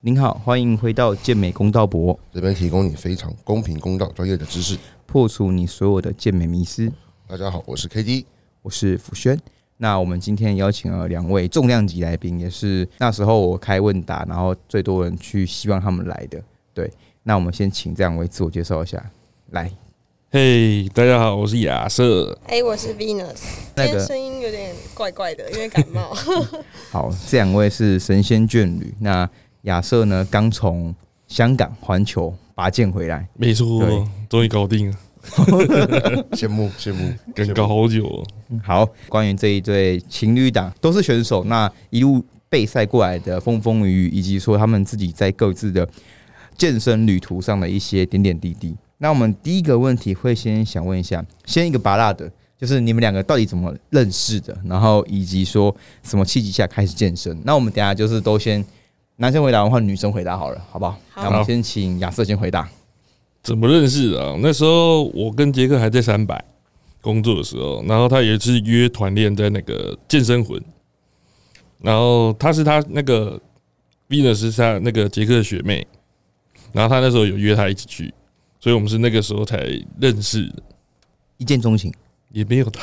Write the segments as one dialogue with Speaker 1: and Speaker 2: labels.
Speaker 1: 您好，欢迎回到健美公道博，
Speaker 2: 这边提供你非常公平、公道、专业的知识。
Speaker 1: 破除你所有的健美迷思。
Speaker 2: 大家好，我是 KD。
Speaker 1: 我是福轩。那我们今天邀请了两位重量级来宾，也是那时候我开问答，然后最多人去希望他们来的。对，那我们先请这两位自我介绍一下。来，
Speaker 3: 嘿大家好，我是亚瑟。
Speaker 4: 哎、我是 Venus，今
Speaker 1: 那
Speaker 4: 天
Speaker 1: 个
Speaker 4: 声音有点怪怪的，因为感 冒。
Speaker 1: 好，这两位是神仙眷侣。那亚瑟呢，刚从香港环球拔剑回来，
Speaker 3: 没
Speaker 1: 对
Speaker 3: 错，终于搞定了，
Speaker 2: 羡 慕羡慕，
Speaker 3: 跟搞好久哦。
Speaker 1: 好，关于这一对情侣档都是选手，那一路备赛过来的风风雨雨，以及说他们自己在各自的健身旅途上的一些点点滴滴。那我们第一个问题会先想问一下，先一个拔辣的，就是你们两个到底怎么认识的，然后以及说什么契机下开始健身？那我们等一下就是都先男生回答完换女生回答好了，好不好？
Speaker 4: 好
Speaker 1: 那我们先请亚瑟先回答。
Speaker 3: 怎么认识的、啊？那时候我跟杰克还在三百工作的时候，然后他也是约团练在那个健身魂，然后他是他那个 Venus 是他那个杰克的学妹，然后他那时候有约他一起去，所以我们是那个时候才认识的，
Speaker 1: 一见钟情，
Speaker 3: 也没有他，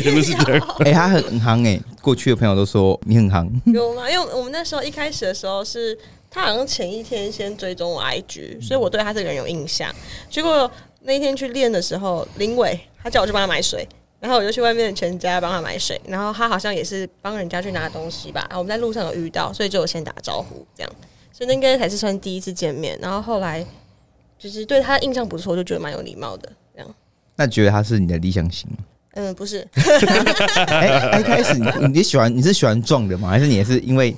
Speaker 3: 也不是这样，
Speaker 1: 哎、他很很夯哎、过去的朋友都说你很夯，
Speaker 4: 有吗？因为我们那时候一开始的时候是，他好像前一天先追踪我
Speaker 3: 嗯
Speaker 4: IG，所以我对他这个人有印象。结果那一天去练的时候，林伟他叫我去帮他买水，然后我就去外面的全家帮他买水，然后他好像也是帮人家去拿东西吧，啊我们在路上有遇到，所以就有先打招呼这样，所以那应该才是算第一次见面。然后后来就是对他印象不错，就觉得蛮有礼貌的这样。
Speaker 1: 那觉得他是你的理想型吗？
Speaker 4: 嗯，不是，
Speaker 1: 哎、哎一开始你你喜欢你是喜欢壮的吗？还是你也是因为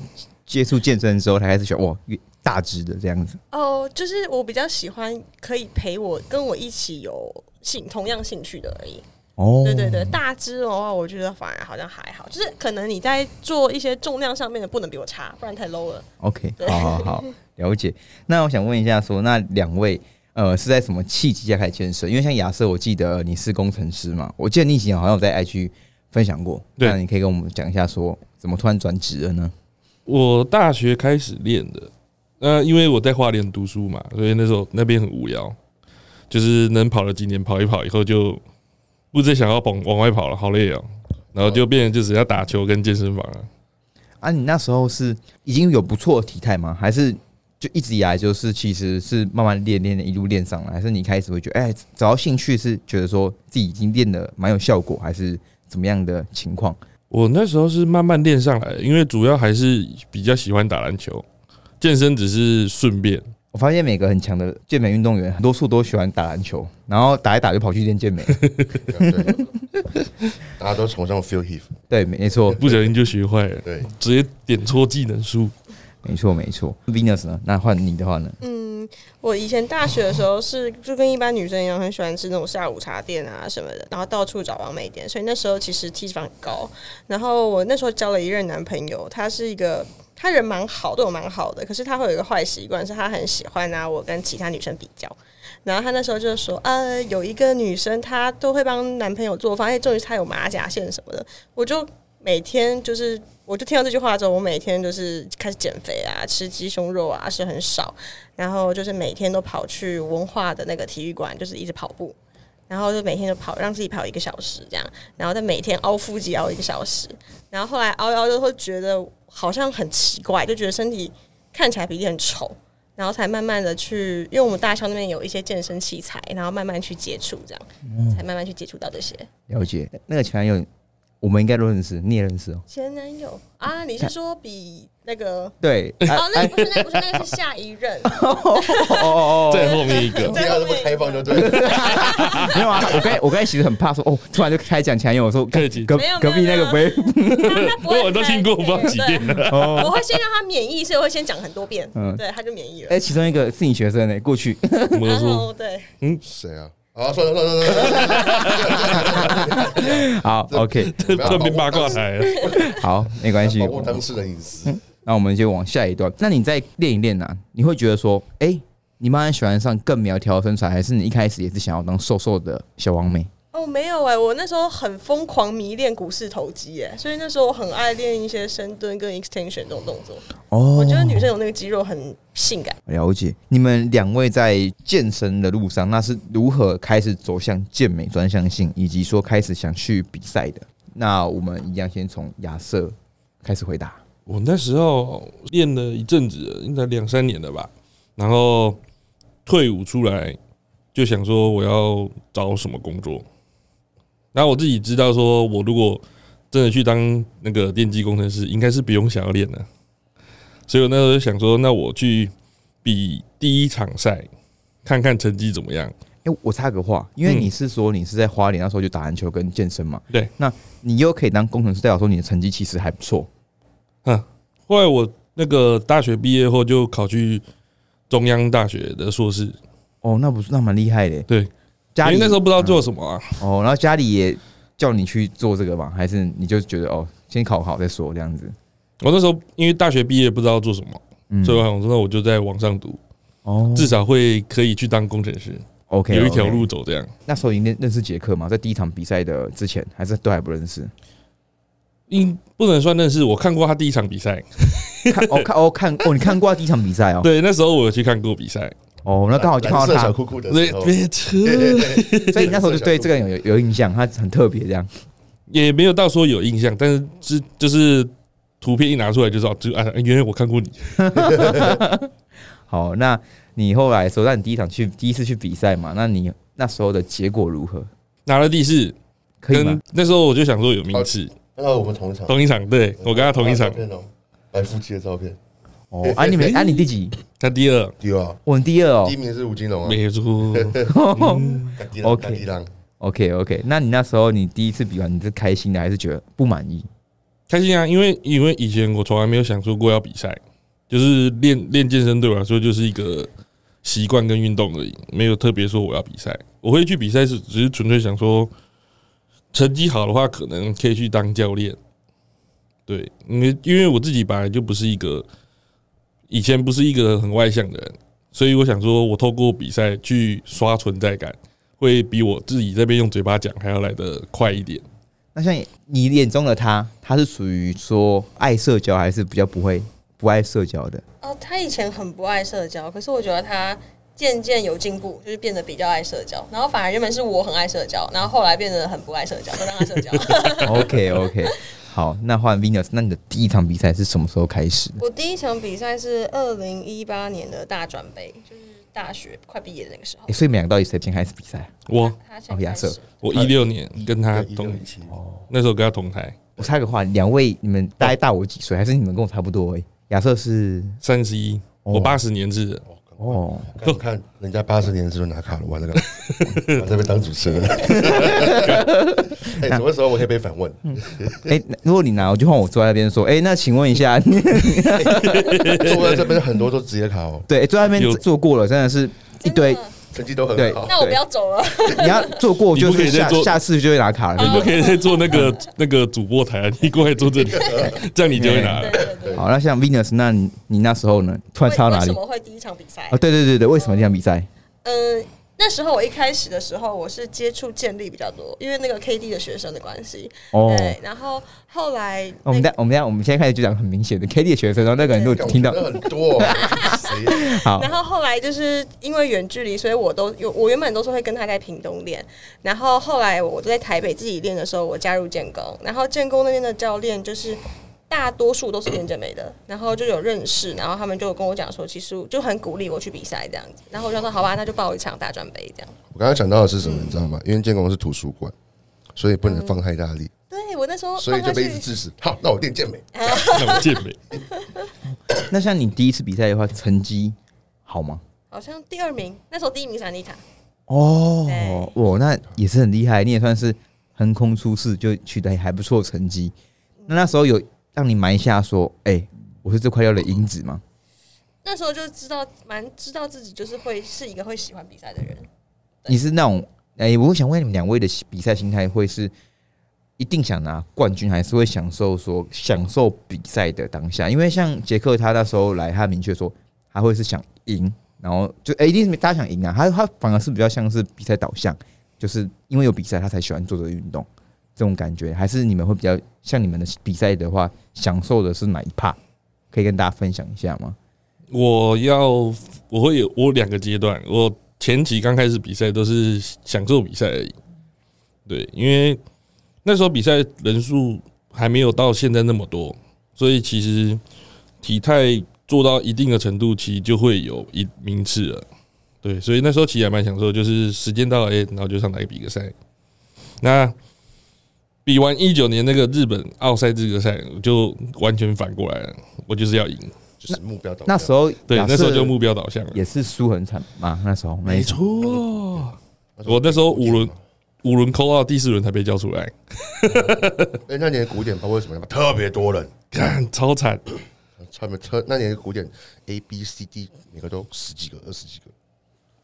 Speaker 1: 接触健身之后才开始喜欢哇越大只的这样子？
Speaker 4: 哦，就是我比较喜欢可以陪我跟我一起有兴同样兴趣的而已。
Speaker 1: 哦
Speaker 4: 对对对，大只的话，我觉得反而好像还好，就是可能你在做一些重量上面的不能比我差，不然太 low 了。
Speaker 1: ，OK，好好好，了解。那我想问一下说那两位呃是在什么契机下开始健身？因为像亚瑟，我记得呃你是工程师嘛，我记得你以前好像有在 IG 分享过，
Speaker 3: 对
Speaker 1: 那你可以跟我们讲一下说怎么突然转职了呢？
Speaker 3: 我大学开始练的，那因为我在花莲读书嘛，所以那时候那边很无聊，就是能跑了几年跑一跑以后就不再想要往往外跑了，好累哦、然后就变成就只要打球跟健身房了。
Speaker 1: 啊，你那时候是已经有不错的体态吗？还是就一直以来就是其实是慢慢练练的，一路练上来？还是你开始会觉得，哎、找到兴趣是觉得说自己已经练的蛮有效果，还是怎么样的情况？
Speaker 3: 我那时候是慢慢练上来的，因为主要还是比较喜欢打篮球，健身只是顺便。
Speaker 1: 我发现每个很强的健美运动员，很多数都喜欢打篮球，然后打一打就跑去练健 美。
Speaker 2: 对， 大家都崇尚 feel h e a t
Speaker 1: 对，没错，
Speaker 3: 不小心就学坏了，
Speaker 2: 对，
Speaker 3: 直接点错技能书。
Speaker 1: 没错，没错。Venus 呢？那换你的话呢？
Speaker 4: 嗯，我以前大学的时候是就跟一般女生一样，很喜欢吃那种下午茶店啊什么的，然后到处找完美店，所以那时候其实体脂肪很高。然后我那时候交了一任男朋友，他是一个他人蛮好，对我蛮好的，可是他会有一个坏习惯，是他很喜欢拿我跟其他女生比较。然后他那时候就说，呃，有一个女生她都会帮男朋友做饭，哎，终于她有马甲线什么的，我就每天就是。我就听到这句话之后，我每天就是开始减肥啊，吃鸡胸肉啊，吃很少，然后就是每天都跑去文化的那个体育馆，就是一直跑步，然后就每天就跑，让自己跑一个小时这样，然后再每天哦凹腹肌凹一个小时，然后后来凹一凹就会觉得好像很奇怪，就觉得身体看起来比例很丑，然后才慢慢的去，因为我们大校那边有一些健身器材，然后慢慢去接触这
Speaker 3: 嗯
Speaker 4: 样，才慢慢去接触到 这些
Speaker 1: 了解，那个前男友我们应该都认识，你也认识哦。
Speaker 4: 前男友啊，你是说比那 个？
Speaker 1: 对，
Speaker 3: 哎
Speaker 1: 啊
Speaker 4: 哦，那个不是，那个不是，那个是下一任。
Speaker 1: 哦哦哦，
Speaker 3: 再后面一 个，
Speaker 2: 第二都不开放就对了。
Speaker 1: 没有 啊，我刚才我刚才其实很怕说哦，突然就开讲前男友，我说
Speaker 3: 客气
Speaker 1: 隔
Speaker 4: 没有
Speaker 1: 隔壁那个不
Speaker 4: 没
Speaker 1: 会，
Speaker 4: 他不会
Speaker 3: 我都听过不知道几
Speaker 4: 对
Speaker 3: 遍了。
Speaker 4: 我会先让他免疫，所以我会先讲很多遍，
Speaker 1: 哦嗯
Speaker 4: 对，他就免疫了。
Speaker 1: 哎，其中一个是你学生呢，欸过去
Speaker 3: 我
Speaker 4: 然
Speaker 3: 说
Speaker 4: 后对，
Speaker 2: 谁啊？啊，算了算了算了，
Speaker 1: 好，OK，
Speaker 3: 这 这边八卦台了。
Speaker 1: 好，没关系
Speaker 2: 保，护当事人隐 私。
Speaker 1: 那我们就往下一段。那你再练一练啊，你会觉得说，哎、你慢慢喜欢上更苗条的身材，还是你一开始也是想要当瘦瘦的小王妹？
Speaker 4: 哦，没有哎、我那时候很疯狂迷恋股市投机哎、所以那时候我很爱练一些深蹲跟 extension 这种动作。
Speaker 1: 哦
Speaker 4: 我觉得女生有那个肌肉很性感。
Speaker 1: 了解。你们两位在健身的路上，那是如何开始走向健美专项性，以及说开始想去比赛的？那我们一样先从亚瑟开始回答。
Speaker 3: 我那时候练了一阵子了，应该两三年了吧。然后退伍出来，就想说我要找什么工作。然后我自己知道，说我如果真的去当那个电机工程师，应该是不用想要练的。所以我那时候就想说，那我去比第一场赛，看看成绩怎么样。
Speaker 1: 哎、我插个话，因为
Speaker 3: 嗯
Speaker 1: 你是说你是在花莲那时候就打篮球跟健身嘛？
Speaker 3: 对。
Speaker 1: 那你又可以当工程师，代表说你的成绩其实还不错。
Speaker 3: 后来我那个大学毕业后，就考去中央大学的硕士，
Speaker 1: 哦，那不是那蛮厉害的。
Speaker 3: 对，因
Speaker 1: 家
Speaker 3: 为
Speaker 1: 里
Speaker 3: 那时候不知道做什么啊。
Speaker 1: 哦，然后家里也叫你去做这个嘛，还是你就觉得哦，先考好再说这样子？
Speaker 3: 我那时候因为大学毕业不知道做什么，
Speaker 1: 嗯
Speaker 3: 所以我想说那我就在网上读，
Speaker 1: 哦
Speaker 3: 至少会可以去当工程师，
Speaker 1: OK
Speaker 3: 有一条
Speaker 1: OK
Speaker 3: 路走这样。
Speaker 1: 那时候已经认认识杰克嘛，在第一场比赛的之前，还是都还不认识。
Speaker 3: 应不能算认识，我看过他第一场比赛，
Speaker 1: 看哦看哦看哦，你看过他第一场比赛哦？
Speaker 3: 对，那时候我有去看过比赛，
Speaker 1: 哦，那刚好就看到
Speaker 2: 蓝色小
Speaker 1: 他，
Speaker 2: 裤裤的
Speaker 3: 对
Speaker 1: 哦
Speaker 2: 时候，
Speaker 3: 别扯，
Speaker 1: 所以你那时候就对这个人有有有印象，他很特别这样。
Speaker 3: 也没有到说有印象，但是是就是图片一拿出来就知道，就啊，原来我看过你，
Speaker 1: 好，那你后来说，那你第一场去第一次去比赛嘛？那你那时候的结果如何？
Speaker 3: 拿了第四，
Speaker 1: 可以吗哦
Speaker 3: 跟？那时候我就想说有名次，
Speaker 2: 看到我们同一场，
Speaker 3: 同一场，对我跟他同一场
Speaker 2: 照，片哦，白夫妻的照片。
Speaker 1: 哦，啊你们啊你第几？
Speaker 3: 他第二，
Speaker 2: 对啊，
Speaker 1: 我们第二哦
Speaker 2: 第一。名是吴金龙啊，
Speaker 3: 没错，
Speaker 2: 干地浪
Speaker 1: OK
Speaker 2: 干地浪
Speaker 1: OK OK，那你那时候你第一次比完，你是开心的还是觉得不满意？
Speaker 3: 开心啊，因为因为以前我从来没有想说过要比赛，就是练练健身对我来说就是一个习惯跟运动而已，没有特别说我要比赛。我会去比赛是只是纯粹想说，成绩好的话可能可以去当教练。对，因为因为我自己本来就不是一个以前不是一个很外向的人，所以我想说我透过比赛去刷存在感，会比我自己这边用嘴巴讲还要来的快一点。
Speaker 1: 那像你眼中的他，他是属于说爱社交，还是比较不会不爱社交的？
Speaker 4: 哦，他以前很不爱社交，可是我觉得他渐渐有进步，就是变得比较爱社交。然后反而原本是我很爱社交，然后后来变得很不爱社交，不让他社 交。
Speaker 1: OK OK，好，那换 Venus，那你的第一场比赛是什么时候开始的？
Speaker 4: 我第一场比赛是二零一八年的大转杯，就是大学快毕业的那个时候
Speaker 1: 诶。所以你们两个到底谁先开始比赛？
Speaker 3: 我
Speaker 4: 他先
Speaker 1: 哦
Speaker 4: 开
Speaker 1: 亚瑟
Speaker 4: 始，
Speaker 3: 我一六年跟他
Speaker 2: 一六
Speaker 3: 同
Speaker 2: 一七，
Speaker 3: 那时候跟他同台，
Speaker 1: 我插个话，两位你们大概大我几岁？还是你们跟我差不多、欸？亚瑟是
Speaker 3: 三十一，
Speaker 1: 哦
Speaker 3: 我八十年制的，
Speaker 1: 哦，
Speaker 2: 看看人家八十年的时候拿卡了，我这个 我这边当主持人。哎，什么时候我可以被反问？
Speaker 1: 哎、那如果你拿，我就换我坐在那边说，哎、那请问一 下，
Speaker 2: 坐在这边很多都职业卡哦，
Speaker 1: 对，哎坐在那边
Speaker 3: 有
Speaker 1: 做过了，真的是一堆，
Speaker 4: 真的
Speaker 2: 成绩都
Speaker 1: 对
Speaker 2: 很好。哎
Speaker 4: 那我不要走了。
Speaker 1: 你要做过
Speaker 3: 你
Speaker 1: 就
Speaker 3: 不可
Speaker 1: 是
Speaker 3: 以再
Speaker 1: 下
Speaker 3: 做
Speaker 1: 下次就会拿卡了。对
Speaker 3: 你
Speaker 1: 不
Speaker 4: 哦
Speaker 3: 不
Speaker 1: 对
Speaker 3: 可以再做那个那个主播台啊，你过来坐这 里，这样你就会拿
Speaker 4: 对
Speaker 3: 了。
Speaker 4: 对对。
Speaker 1: 好，那像 Venus，那你你那时候呢？突然
Speaker 4: 为
Speaker 1: 差到
Speaker 4: 为
Speaker 1: 哪里
Speaker 4: 什？么会第一场比赛？
Speaker 1: 哦，对对对对，为什么这场比赛？
Speaker 4: 嗯，那时候我一开始的时候，我是接触建立比较多，因为那个 KD 的学生的关系。
Speaker 1: 哦，
Speaker 4: 对，然后后来
Speaker 1: 我们
Speaker 4: 那
Speaker 1: 在我们在我们现在开始就讲很明显的 k d 的学生，然后那个人就
Speaker 2: 干我
Speaker 1: 听到
Speaker 2: 觉得很多哦， 谁
Speaker 1: 好
Speaker 4: 然后后来就是因为远距离，所以我都有我原本都是会跟他在屏东练，然后后来我都在台北自己练的时候，我加入建工，然后建工那边的教练就是。大多数都是练健美的，然后就有认识，然后他们就有跟我讲说，其实就很鼓励我去比赛这样子，然后我就说好吧，那就报一场大专杯这样。
Speaker 2: 我刚刚讲到的是什么，你知道吗？因为建工是图书馆，所以不能放太大力，
Speaker 4: 对我那时候
Speaker 2: 所以
Speaker 4: 哦放
Speaker 2: 就
Speaker 4: 下
Speaker 2: 被
Speaker 4: 去
Speaker 2: 一直制止。好，那我练健美，
Speaker 3: 那我健美，
Speaker 1: 那像你第一次比赛的话，成绩好吗？
Speaker 4: 好像第二名，那时候第一名是安妮塔，
Speaker 1: 哦
Speaker 4: 对，
Speaker 1: 哦，那也是很厉害，你也算是横空出世，就取得还不错的成绩。那那时候有让你埋下说，哎、我是这块料的因子吗？
Speaker 4: 那时候就知道蛮知道自己就是会是一个会喜欢比赛的人。
Speaker 1: 你是那种，哎、我想问你们两位的比赛心态会是一定想拿冠军，还是会享受说享受比赛的当下？因为像杰克他那时候来，他明确说他会是想赢，然后就哎、一定是大家想赢啊，他他反而是比较像是比赛导向。就是因为有比赛，他才喜欢做这个运动，这种感觉还是你们会比较像你们的比赛的话，享受的是哪一 part？可以跟大家分享一下吗？
Speaker 3: 我要我会有我有两个阶段，我前期刚开始比赛都是享受比赛而已，对，因为那时候比赛人数还没有到现在那么多，所以其实体态做到一定的程度，其实就会有一名次了，对，所以那时候其实还蛮享受，就是时间到了，哎、然后就上来比个赛，那。比完一九年那个日本奥赛资格赛，我就完全反过来了，我就是要赢。
Speaker 2: 就是目标导向
Speaker 1: 那时候
Speaker 3: 对，
Speaker 1: 亚瑟
Speaker 3: 那时候就目标导向了。
Speaker 1: 也是输很惨嘛，那时候没错，
Speaker 3: 错，我那时候五轮五轮扣到第四轮才被叫出来，
Speaker 2: 哎，那年的古典包括什么样？特别多人，
Speaker 3: 看超惨。
Speaker 2: 他们特那年的古典 A B C D 每个都十几个、二十几个，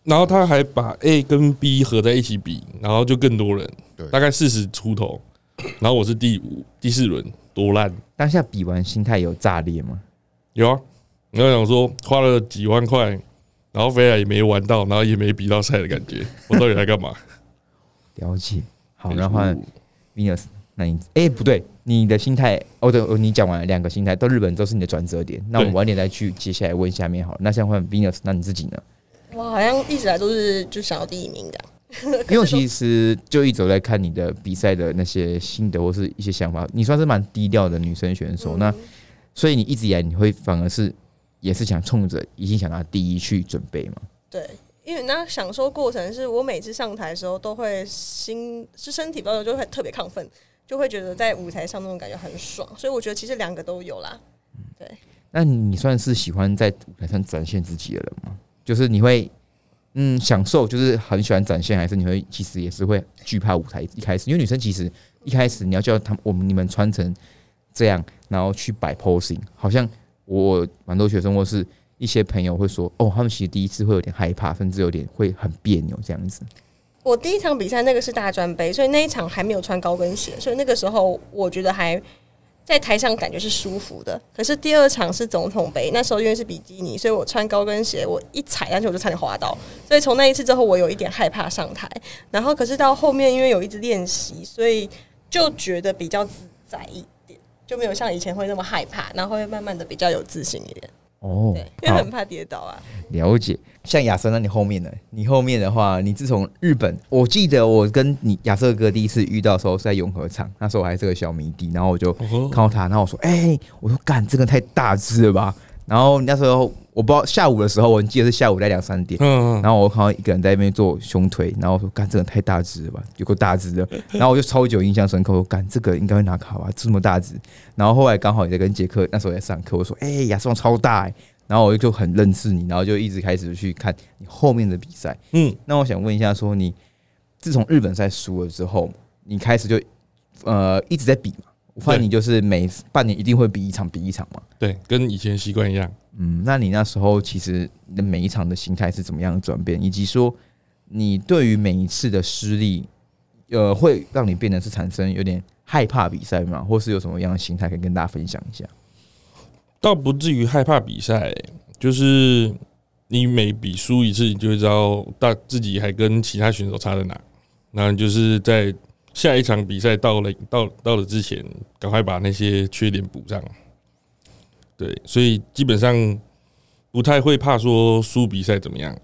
Speaker 3: 然后他还把 A 跟 B 合在一起比，然后就更多人
Speaker 2: 对，
Speaker 3: 大概四十出头。然后我是第五、第四轮，多烂！
Speaker 1: 当下比完心态有炸裂吗？
Speaker 3: 有啊，然后想说花了几万块，然后飞来也没玩到，然后也没比到赛的感觉，我到底来干嘛？
Speaker 1: 了解，好，然后换 Venus，那你哎、不对，你的心态哦对，哦你讲完了两个心态，到日本都是你的转折点。那我们
Speaker 3: 对
Speaker 1: 晚点再去接下来问下面好了。那先换 Venus，那你自己呢？
Speaker 4: 我好像一直来都是就想要第一名的。
Speaker 1: 因为我其实就一直有在看你的比赛的那些心得或是一些想法，你算是蛮低调的女生选手，那所以你一直以来你会反而是也是想冲着已经想拿第一去准备嘛？
Speaker 4: 对，因为那享受过程是我每次上台的时候都会心是身体不知道就会特别亢奋，就会觉得在舞台上那种感觉很爽，所以我觉得其实两个都有啦。
Speaker 1: 那你算是喜欢在舞台上展现自己的人吗？就是你会嗯享受，就是很喜欢展现，还是你会其实也是会惧怕舞台一开始？因为女生其实一开始你要叫她们我们你们穿成这样，然后去摆 posing，好像我蛮多学生或是一些朋友会说，哦，他们其实第一次会有点害怕，甚至有点会很别扭这样子。
Speaker 4: 我第一场比赛那个是大专杯，所以那一场还没有穿高跟鞋，所以那个时候我觉得还在台上感觉是舒服的。可是第二场是总统杯，那时候因为是比基尼，所以我穿高跟鞋，我一踩上去我就差点滑倒。所以从那一次之后，我有一点害怕上台。然后可是到后面因为有一直练习，所以就觉得比较自在一点，就没有像以前会那么害怕，然后会慢慢的比较有自信一点。
Speaker 1: 哦
Speaker 4: 对，因为很怕跌倒啊。
Speaker 1: 了解，像亚瑟，那你后面呢？你后面的话，你自从日本，我记得我跟你亚瑟哥第一次遇到的时候是在永和场，那时候我还是个小迷弟，然后我就
Speaker 3: 哦
Speaker 1: 看到他，然后我说：“哎、我说干，这个太大只了吧？”然后那时候我不知道下午的时候，我记得是下午在两三点，
Speaker 3: 嗯，
Speaker 1: 然后我看到一个人在那边做胸推，然后我说：“干，这个人太大只了吧，有够大只的。”然后我就超久印象深刻，我说干这个应该会拿卡吧，这么大只。然后后来刚好也在跟杰克那时候也在上课，我说：“哎、亚瑟王超大、欸。”然后我就很认识你，然后就一直开始去看你后面的比赛。
Speaker 3: 嗯，
Speaker 1: 那我想问一下说你自从日本赛输了之后，你开始就呃一直在比嘛？我发现
Speaker 3: 对
Speaker 1: 你就是每半年一定会比一场比一场嘛。
Speaker 3: 对，跟以前习惯一样。
Speaker 1: 嗯，那你那时候其实你的每一场的心态是怎么样的转变，以及说你对于每一次的失利，呃，会让你变得是产生有点害怕比赛吗？或是有什么样的心态可以跟大家分享一下？
Speaker 3: 倒不至于害怕比赛、就是你每比输一次，你就会知道大自己还跟其他选手差在哪。那你就是在下一场比赛到了到到了之前，赶快把那些缺点补上。对，所以基本上不太会怕说输比赛怎么样，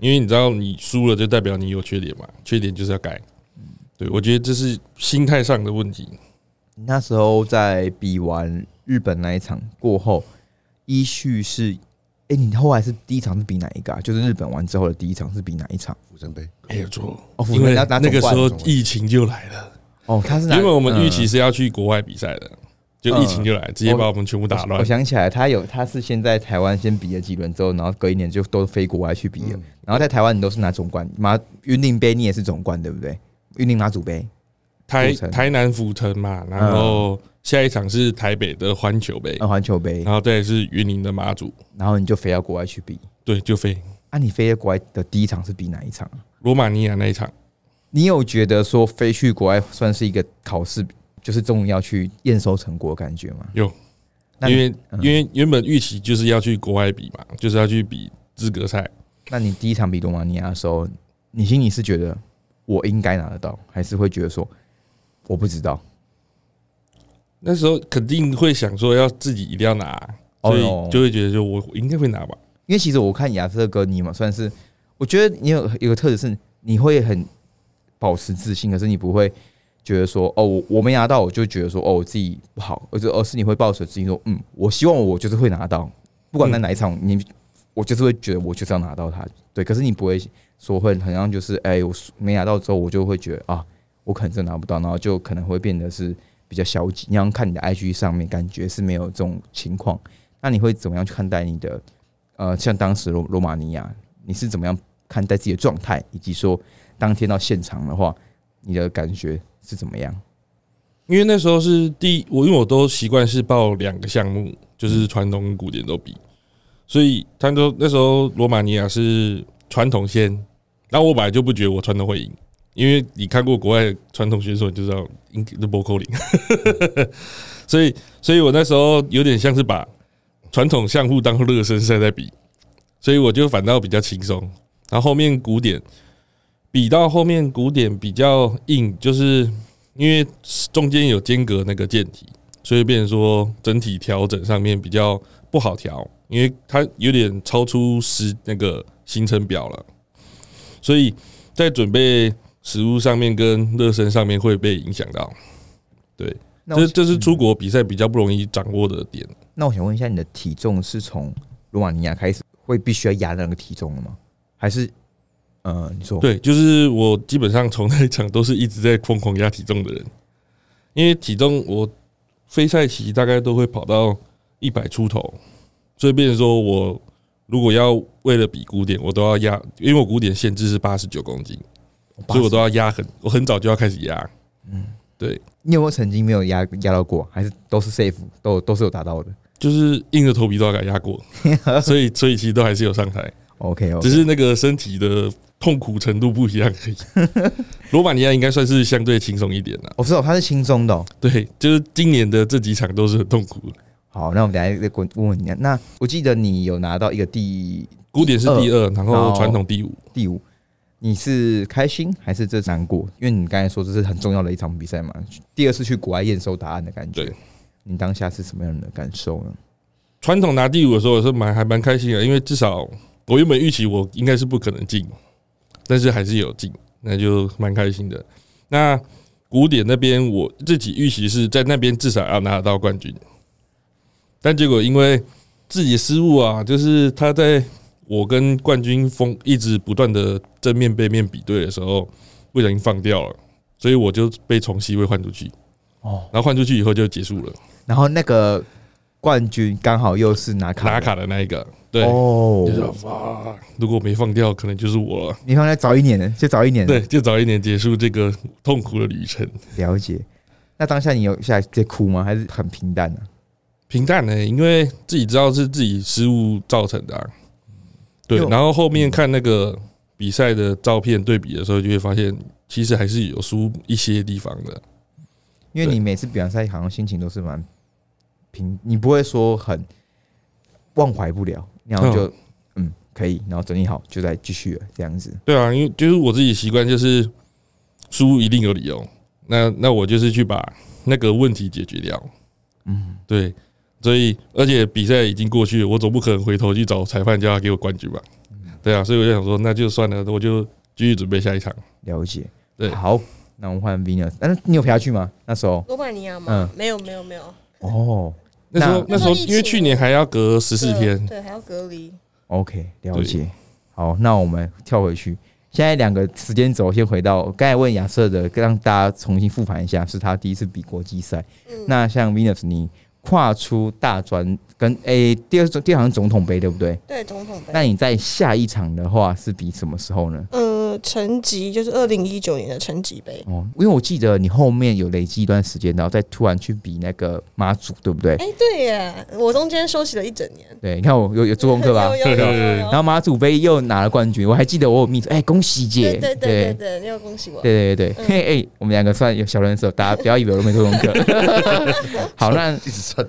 Speaker 3: 因为你知道你输了就代表你有缺点嘛，缺点就是要改。对，我觉得这是心态上的问题。
Speaker 1: 你那时候在比完日本那一场过后，依序是，哎、你后来是第一场是比哪一个啊？就是日本完之后的第一场是比哪一场？
Speaker 2: 釜山杯，
Speaker 3: 没有错，
Speaker 1: 哦
Speaker 3: 因为
Speaker 1: 拿拿
Speaker 3: 那
Speaker 1: 总
Speaker 3: 个时
Speaker 1: 冠
Speaker 3: 候
Speaker 2: 总冠
Speaker 3: 疫情就来了。
Speaker 1: 哦，他是拿
Speaker 3: 原本我们预期
Speaker 1: 嗯
Speaker 3: 是要去国外比赛的，就疫情就来，直接把我们全部打
Speaker 1: 我
Speaker 3: 乱。
Speaker 1: 想起来，他有他是先在台湾先比了几轮之后，然后隔一年就都飞国外去比
Speaker 3: 嗯
Speaker 1: 了。然后在台湾你都是拿总冠，拿云林杯你也是总冠对不对？云林拿主杯，
Speaker 3: 台
Speaker 1: 府城
Speaker 3: 台南府城嘛，然后下一场是台北的环球杯，
Speaker 1: 呃，环球杯，
Speaker 3: 然后再来是云林的马祖，
Speaker 1: 然后你就飞到国外去比。
Speaker 3: 对，就飞
Speaker 1: 啊，你飞到国外的第一场是比哪一场啊？
Speaker 3: 罗马尼亚那一场。
Speaker 1: 你有觉得说飞去国外算是一个考试，就是终于要去验收成果的感觉吗？
Speaker 3: 有，
Speaker 1: 那
Speaker 3: 因
Speaker 1: 你嗯
Speaker 3: 为因为原本预期就是要去国外比嘛，就是要去比资格赛。
Speaker 1: 那你第一场比罗马尼亚的时候，你心里是觉得我应该拿得到，还是会觉得说我不知道？
Speaker 3: 那时候肯定会想说要自己一定要拿，
Speaker 1: 哦
Speaker 3: 所以
Speaker 1: 哟
Speaker 3: 就会觉得就我应该会拿吧。
Speaker 1: 因为其实我看亚瑟哥你嘛，算是我觉得你有有个特质是你会很保持自信，可是你不会觉得说哦，我我没拿到，我就觉得说哦，我自己不好，而是而是你会抱持自信说，嗯，我希望我就是会拿到，不管在哪一场，你我就是会觉得我就是要拿到它，对。可是你不会说会好像就是哎、我没拿到之后，我就会觉得啊，我可能真的拿不到，然后就可能会变得是比较消极。你要看你的 IG 上面，感觉是没有这种情况，那你会怎么样去看待你的？呃，像当时罗罗马尼亚，你是怎么样看待自己的状态，以及说当天到现场的话，你的感觉是怎么样？
Speaker 3: 因为那时候是第我，因为我都习惯是报两个项目，就是传统跟古典都比，所以他都那时候罗马尼亚是传统先，然后我本来就不觉得我传统会赢，因为你看过国外的传统选手你就知道，应该是不扣零， 所以所以我那时候有点像是把传统项目当热身赛在比，所以我就反倒比较轻松，然后后面古典比到后面古典比较硬，就是。因为中间有间隔那个舰体，所以变成说整体调整上面比较不好调，因为它有点超出时那个行程表了，所以在准备食物上面跟热身上面会被影响到。对，
Speaker 1: 那
Speaker 3: 这
Speaker 1: 我嗯
Speaker 3: 这是出国比赛比较不容易掌握的点。
Speaker 1: 那我想问一下，你的体重是从罗马尼亚开始会必须要压那个体重了吗？还是呃，你说
Speaker 3: 对，就是我基本上从那一场都是一直在疯狂压体重的人，因为体重我非赛期大概都会跑到一百出头，所以变成说我如果要为了比古典，我都要压，因为我古典限制是八十九公斤，
Speaker 1: 哦
Speaker 3: 所以我都要压很，我很早就要开始压。
Speaker 1: 你有没有曾经没有压压到过？还是都是 safe，都都是有达到的
Speaker 3: 就是硬着头皮都要给它压过，所以所以其实都还是有上台，
Speaker 1: ？OK，, 哦 o k
Speaker 3: 只是那个身体的痛苦程度不一样而已。罗马尼亚应该算是相对轻松一点啦，
Speaker 1: 我知道他是轻松的哦、
Speaker 3: 对，就是今年的这几场都是很痛苦的。
Speaker 1: 好，那我们等一下再问问你。啊那我记得你有拿到一个第
Speaker 3: 古典是第二，然
Speaker 1: 然
Speaker 3: 后
Speaker 1: 后
Speaker 3: 传统第五。
Speaker 1: 第五，你是开心还是这难过？因为你刚才说这是很重要的一场比赛嘛，第二次去国外验收答案的感觉
Speaker 3: 对，
Speaker 1: 你当下是什么样的感受呢？
Speaker 3: 传统拿第五的时候，我是蛮还蛮开心的，因为至少我原本预期我应该是不可能进，但是还是有进，那就蛮开心的。那古典那边我自己预期是在那边至少要拿得到冠军，但结果因为自己的失误啊，就是他在我跟冠军风一直不断的正面背面比对的时候，不小心放掉了，所以我就被从 C 位换出去。
Speaker 1: 哦，
Speaker 3: 然后换出去以后就结束了，
Speaker 1: 然后那个冠军刚好又是拿卡
Speaker 3: 拿卡的那一个，对，
Speaker 1: 哦
Speaker 3: 就，是哇，如果没放掉，可能就是我了。
Speaker 1: 你放在早一年，就早一年
Speaker 3: 对，就早一点结束这个痛苦的旅程。
Speaker 1: 了解。那当下你有下来直接哭吗？还是很平淡啊呢、
Speaker 3: 平淡呢、因为自己知道是自己失误造成的、啊。对
Speaker 1: 因为，我
Speaker 3: 然后后面看那个比赛的照片对比的时候，就会发现其实还是有输一些地方的。
Speaker 1: 因为
Speaker 3: 对
Speaker 1: 你每次比完赛好像心情都是蛮平，你不会说很忘怀不了，然后就嗯可以，然后整理好就再继续了这样子。
Speaker 3: 对啊，因为就是我自己习惯，就是输一定有理由。那那我就是去把那个问题解决掉。嗯，对，所以而且比赛已经过去了，我总不可能回头去找裁判叫他给我冠军吧？
Speaker 2: 嗯
Speaker 3: 对啊，所以我就想说，那就算了，我就继续准备下一场。
Speaker 1: 了解，
Speaker 3: 对
Speaker 1: 好，那我们换 Venus，但是你有陪他去吗？那时候，
Speaker 4: 罗马尼亚吗？
Speaker 1: 嗯
Speaker 4: 没有没有没有，
Speaker 1: 哦
Speaker 3: 那时候
Speaker 1: 那
Speaker 3: 那时候
Speaker 4: 那时候疫情
Speaker 3: 因为去年还要隔十四天，
Speaker 4: 呃对，还啊要隔离。
Speaker 1: ，OK，了解。好，那我们跳回去，现在两个时间轴先回到刚才问亚瑟的，让大家重新复盘一下，是他第一次比国际赛。
Speaker 4: 嗯，
Speaker 1: 那像 Venus，你跨出大专跟诶、第二第二场总统杯对不对？
Speaker 4: 对总统杯。
Speaker 1: 那你在下一场的话是比什么时候呢？
Speaker 4: 呃，成绩就是二零一九年的成绩杯。
Speaker 1: 哦，因为我记得你后面有累积一段时间，然后再突然去比那个马祖，对不对？
Speaker 4: 哎、对耶，我中间休息了一整年。
Speaker 1: 对，你看我有有做功课吧？
Speaker 4: 有有有有有
Speaker 1: 然后马祖杯又拿了冠军，我还记得我有 miss，哎、恭喜姐，
Speaker 4: 对嗯对对对对，你要恭喜我。
Speaker 1: 对对对对，嘿哎、我们两个算有小人手，大家不要以为我没做功课。 好，那
Speaker 2: 一直蹭，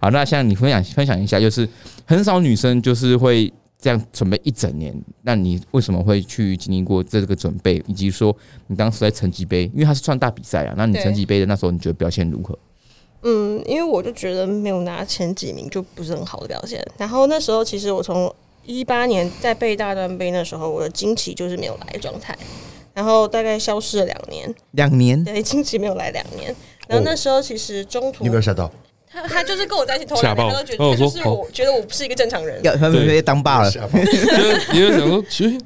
Speaker 1: 好，那像你分享分享一下，就是很少女生就是会这样准备一整年，那你为什么会去经历过这个准备，以及说你当时在成绩杯，因为它是算大比赛啊，那你
Speaker 4: 对
Speaker 1: 成绩杯的那时候你觉得表现如何？
Speaker 4: 嗯，因为我就觉得没有拿前几名就不是很好的表现。然后那时候其实我从一八年在背大专杯那时候，我的经期就是没有来的状态，然后大概消失了两 年，
Speaker 1: 两年，
Speaker 4: 对，经期没有来两
Speaker 1: 哦
Speaker 4: 年。然后那时候其实中途
Speaker 2: 你有没有吓到？
Speaker 4: 他他就是跟我在一起偷
Speaker 3: 吓
Speaker 4: 懒，
Speaker 3: 爆
Speaker 4: 他都觉
Speaker 3: 哦
Speaker 4: 得
Speaker 3: 我
Speaker 4: 他就
Speaker 3: 说
Speaker 4: 是我觉得我不是一个正常人。
Speaker 1: 要他们被当爸了，
Speaker 2: 吓跑，
Speaker 3: 就是也有想说，其实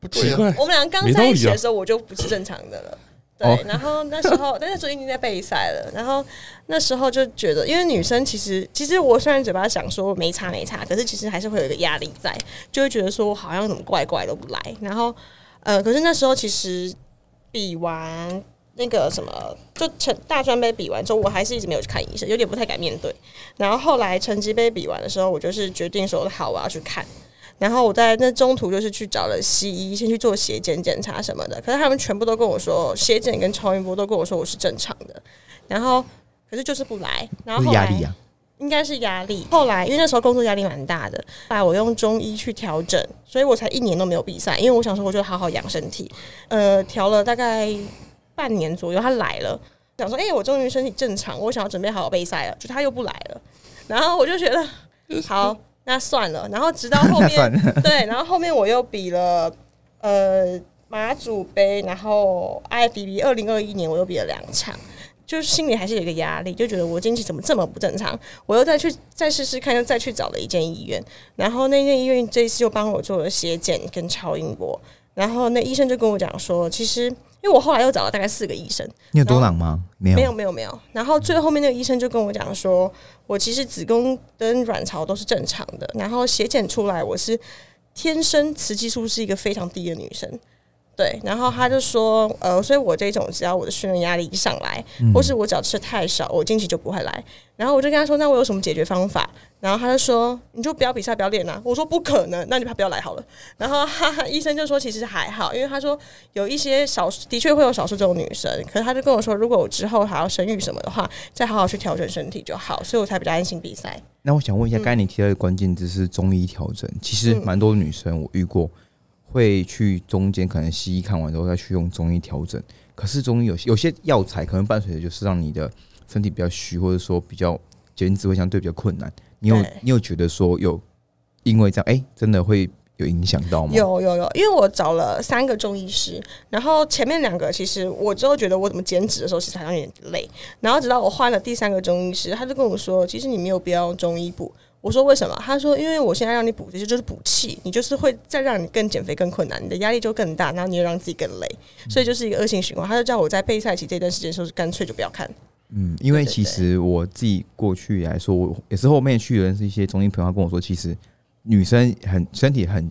Speaker 2: 不对
Speaker 3: 奇
Speaker 2: 啊，
Speaker 3: 怪，
Speaker 4: 我们俩刚在一起的时候，我就不是正常的了。
Speaker 1: 哦
Speaker 4: 对，然后那时候， 但那时候已经在备赛了。然后那时候就觉得，因为女生其实，其实我虽然嘴巴想说没差没差，可是其实还是会有一个压力在，就会觉得说我好像怎么怪怪都不来。然后，呃，可是那时候其实比完那个什么，就成大专杯比完之后，我还是一直没有去看医生，有点不太敢面对。然后后来成绩杯比完的时候，我就是决定说好，我要去看。然后我在那中途就是去找了西医，先去做血检检查什么的。可是他们全部都跟我说，血检跟超音波都跟我说我是正常的。然后可是就是不来，然后
Speaker 1: 是
Speaker 4: 后来
Speaker 1: 压力啊，
Speaker 4: 应该是压力。后来因为那时候工作压力蛮大的，后来我用中医去调整，所以我才一年都没有比赛，因为我想说我就好好养身体。呃，调了大概半年左右，他来了，想说哎、我终于身体正常，我想要准备好好备赛了，就他又不来了，然后我 就觉得好。那算了，然后直到后
Speaker 1: 那
Speaker 4: 面，
Speaker 1: 算了，
Speaker 4: 对，然后后面我又比了呃马祖杯，然后 IFBB 二零二一年我又比了两场，就是心里还是有一个压力，就觉得我经济怎么这么不正常，我又再去再试试看，又再去找了一间医院，然后那间医院这一次又帮我做了血检跟超音波，然后那医生就跟我讲说，其实因为我后来又找了大概四个医生，
Speaker 1: 你有多囊吗？没有，
Speaker 4: 没有没有没有。然后最后面那个医生就跟我讲说，我其实子宫跟卵巢都是正常的，然后血检出来我是天生雌激素是一个非常低的女生。对，然后他就说，呃，所以我这种只要我的训练压力一上来，
Speaker 1: 嗯
Speaker 4: 或是我只要吃得太少，我经期就不会来。然后我就跟他说，那我有什么解决方法？然后他就说，你就不要比赛，不要练啊。我说不可能，那你就不要来好了。然后哈哈， 医生就说其实还好，因为他说有一些少数，的确会有少数这种女生，可是他就跟我说，如果我之后还要生育什么的话，再好好去调整身体就好，所以我才比较安心比赛。
Speaker 1: 那我想问一下，刚才你提到的关键字是中医调整，其实蛮多女生我遇过会去中间可能西医看完之后再去用中医调整，可是中医有些有些药材可能伴随着就是让你的身体比较虚，或者说比较减脂会相对比较困难。你有
Speaker 4: 对
Speaker 1: 你有觉得说有因为这样哎、真的会有影响到吗？
Speaker 4: 有有有，因为我找了三个中医师，然后前面两个其实我之后觉得我怎么减脂的时候，其实好像有点累，然后直到我换了第三个中医师，他就跟我说，其实你没有必要用中医补。我说为什么？他说因为我现在让你补，其实就是补气，你就是会再让你更减肥更困难，你的压力就更大，然后你又让自己更累，所以就是一个恶性循环。他就叫我在备赛期这段时间的时候，干脆就不要看。
Speaker 1: 嗯，因为
Speaker 4: 对对
Speaker 1: 其实我自己过去来说，我也是后面去认识一些中医朋友，他跟我说，其实女生很身体很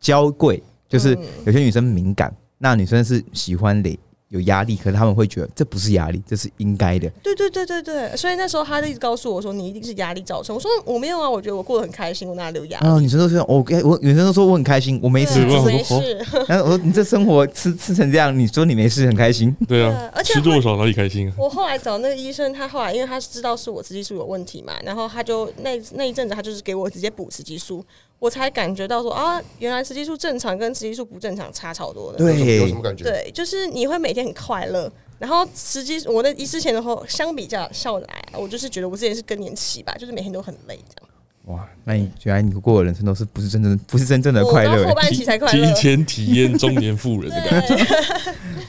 Speaker 1: 娇贵，就是
Speaker 4: 嗯
Speaker 1: 有些女生敏感，那女生是喜欢累有压力，可是他们会觉得这不是压力，这是应该的。
Speaker 4: 对对对对对，所以那时候他就一直告诉我说，你一定是压力造成。我说我没有啊，我觉得我过得很开心，我哪里有压力？
Speaker 1: 啊，女生都是我我女生都说我很开心，我没
Speaker 4: 对
Speaker 1: 事
Speaker 4: 啊。
Speaker 3: 吧
Speaker 4: 没
Speaker 3: 我
Speaker 4: 事。
Speaker 1: 然后我说你这生活吃吃成这样，你说你没事很开心，
Speaker 3: 对
Speaker 4: 对
Speaker 3: 啊，
Speaker 4: 而且
Speaker 3: 吃多少哪里开心啊？
Speaker 4: 我后来找那个医生，他后来因为他知道是我雌激素有问题嘛，然后他就那那一阵子他就是给我直接补雌激素，我才感觉到说啊，原来雌激素正常跟雌激素不正常差超多的。
Speaker 1: 对
Speaker 2: 有什么感觉？
Speaker 4: 对，就是你会每天很快乐。然后实际我那之前的话，相比较下来，我就是觉得我之前是更年期吧，就是每天都很累这样。
Speaker 1: 哇！那你觉得你过的人生都是不是真正不是真正的快
Speaker 4: 我
Speaker 1: 乐、欸
Speaker 4: 到后？半
Speaker 3: 提
Speaker 4: 期才快乐
Speaker 3: 提。前体验中年妇人的感觉，
Speaker 4: 对，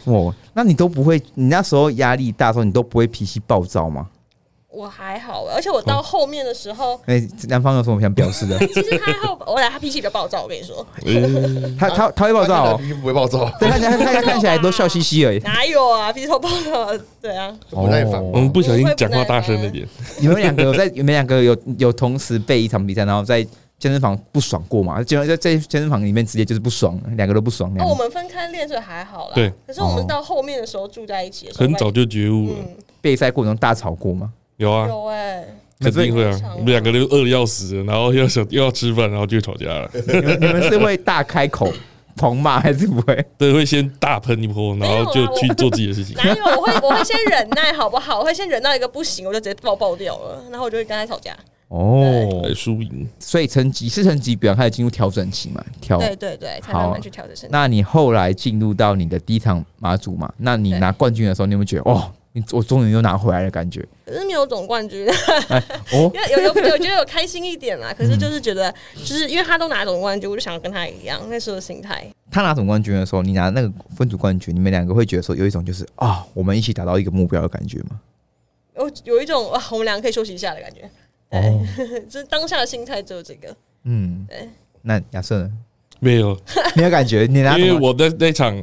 Speaker 1: 哦，那你都不会，你那时候压力大的时候，你都不会脾气暴躁吗？
Speaker 4: 我还好，欸而且我
Speaker 3: 哦
Speaker 4: 到后面的时候，
Speaker 1: 那男方有什么想表示的？
Speaker 4: 其实他还好， 我俩他脾气比较暴躁，我跟你说，
Speaker 1: 他他他会爆炸 哦，
Speaker 2: 你不会暴躁，
Speaker 1: 对，看起来他看起来都笑嘻嘻而已。
Speaker 4: 哪有啊，脾气超暴躁，对啊。
Speaker 2: 不耐
Speaker 1: 哦
Speaker 2: 烦。
Speaker 3: 我们不小心讲话大声了点，
Speaker 1: 你们两个有在你们两个有有同时备一场比赛，然后在健身房不爽过吗？就在在健身房里面直接就是不爽，两个都不爽。
Speaker 4: 哦，
Speaker 1: 两
Speaker 4: 我
Speaker 1: 个
Speaker 4: 们分开练是还好啦。
Speaker 3: 嗯对。
Speaker 4: 可是我
Speaker 1: 哦
Speaker 4: 们到后面的时候住在一起的时候，
Speaker 3: 很早就觉悟了。
Speaker 4: 嗯，
Speaker 1: 备赛过程中大吵过吗？
Speaker 3: 有啊，
Speaker 4: 有哎、
Speaker 3: 肯定会啊
Speaker 4: 所以，
Speaker 3: 我们两个都饿的要死，然后又想又要吃饭，然后就吵架了。
Speaker 1: 你们你们是会大开口狂骂还是不会？
Speaker 3: 对，会先大喷一波，然
Speaker 4: 啊
Speaker 3: 后就去做自己的事情。
Speaker 4: 哪有？我会我会先忍耐，好不好？我会先忍到一个不行，我就直接爆爆掉了，然后我就会跟他吵架。
Speaker 1: 哦，
Speaker 3: 来哎输赢。
Speaker 1: 所以成绩是成绩表开始进入调整期嘛？
Speaker 3: 哦
Speaker 1: 调。
Speaker 4: 对对对，才
Speaker 1: 好
Speaker 4: 慢
Speaker 1: 啊
Speaker 4: 慢去调整身体。
Speaker 1: 那你后来进入到你的第一场马祖嘛？那你
Speaker 4: 对
Speaker 1: 拿冠军的时候，你有没有觉得哦，你我终于又拿回来的感觉？
Speaker 4: 可是没有总冠军，
Speaker 1: 哦，
Speaker 4: 因为有有有我觉得有开心一点啦。可是就是觉得，就是因为他都拿总冠军，我就想要跟他一样，那时候的心态。
Speaker 1: 他拿总冠军的时候，你拿那个分组冠军，你们两个会觉得说有一种就是啊、我们一起达到一个目标的感觉吗？
Speaker 4: 我哦有一种哇，我们两个可以休息一下的感觉。
Speaker 1: 哦，
Speaker 4: 就是当下的心态只有这个。
Speaker 1: 嗯，那亚瑟呢？
Speaker 3: 没有，
Speaker 1: 你有感觉？你拿
Speaker 3: 因为
Speaker 1: 总冠
Speaker 3: 我在那场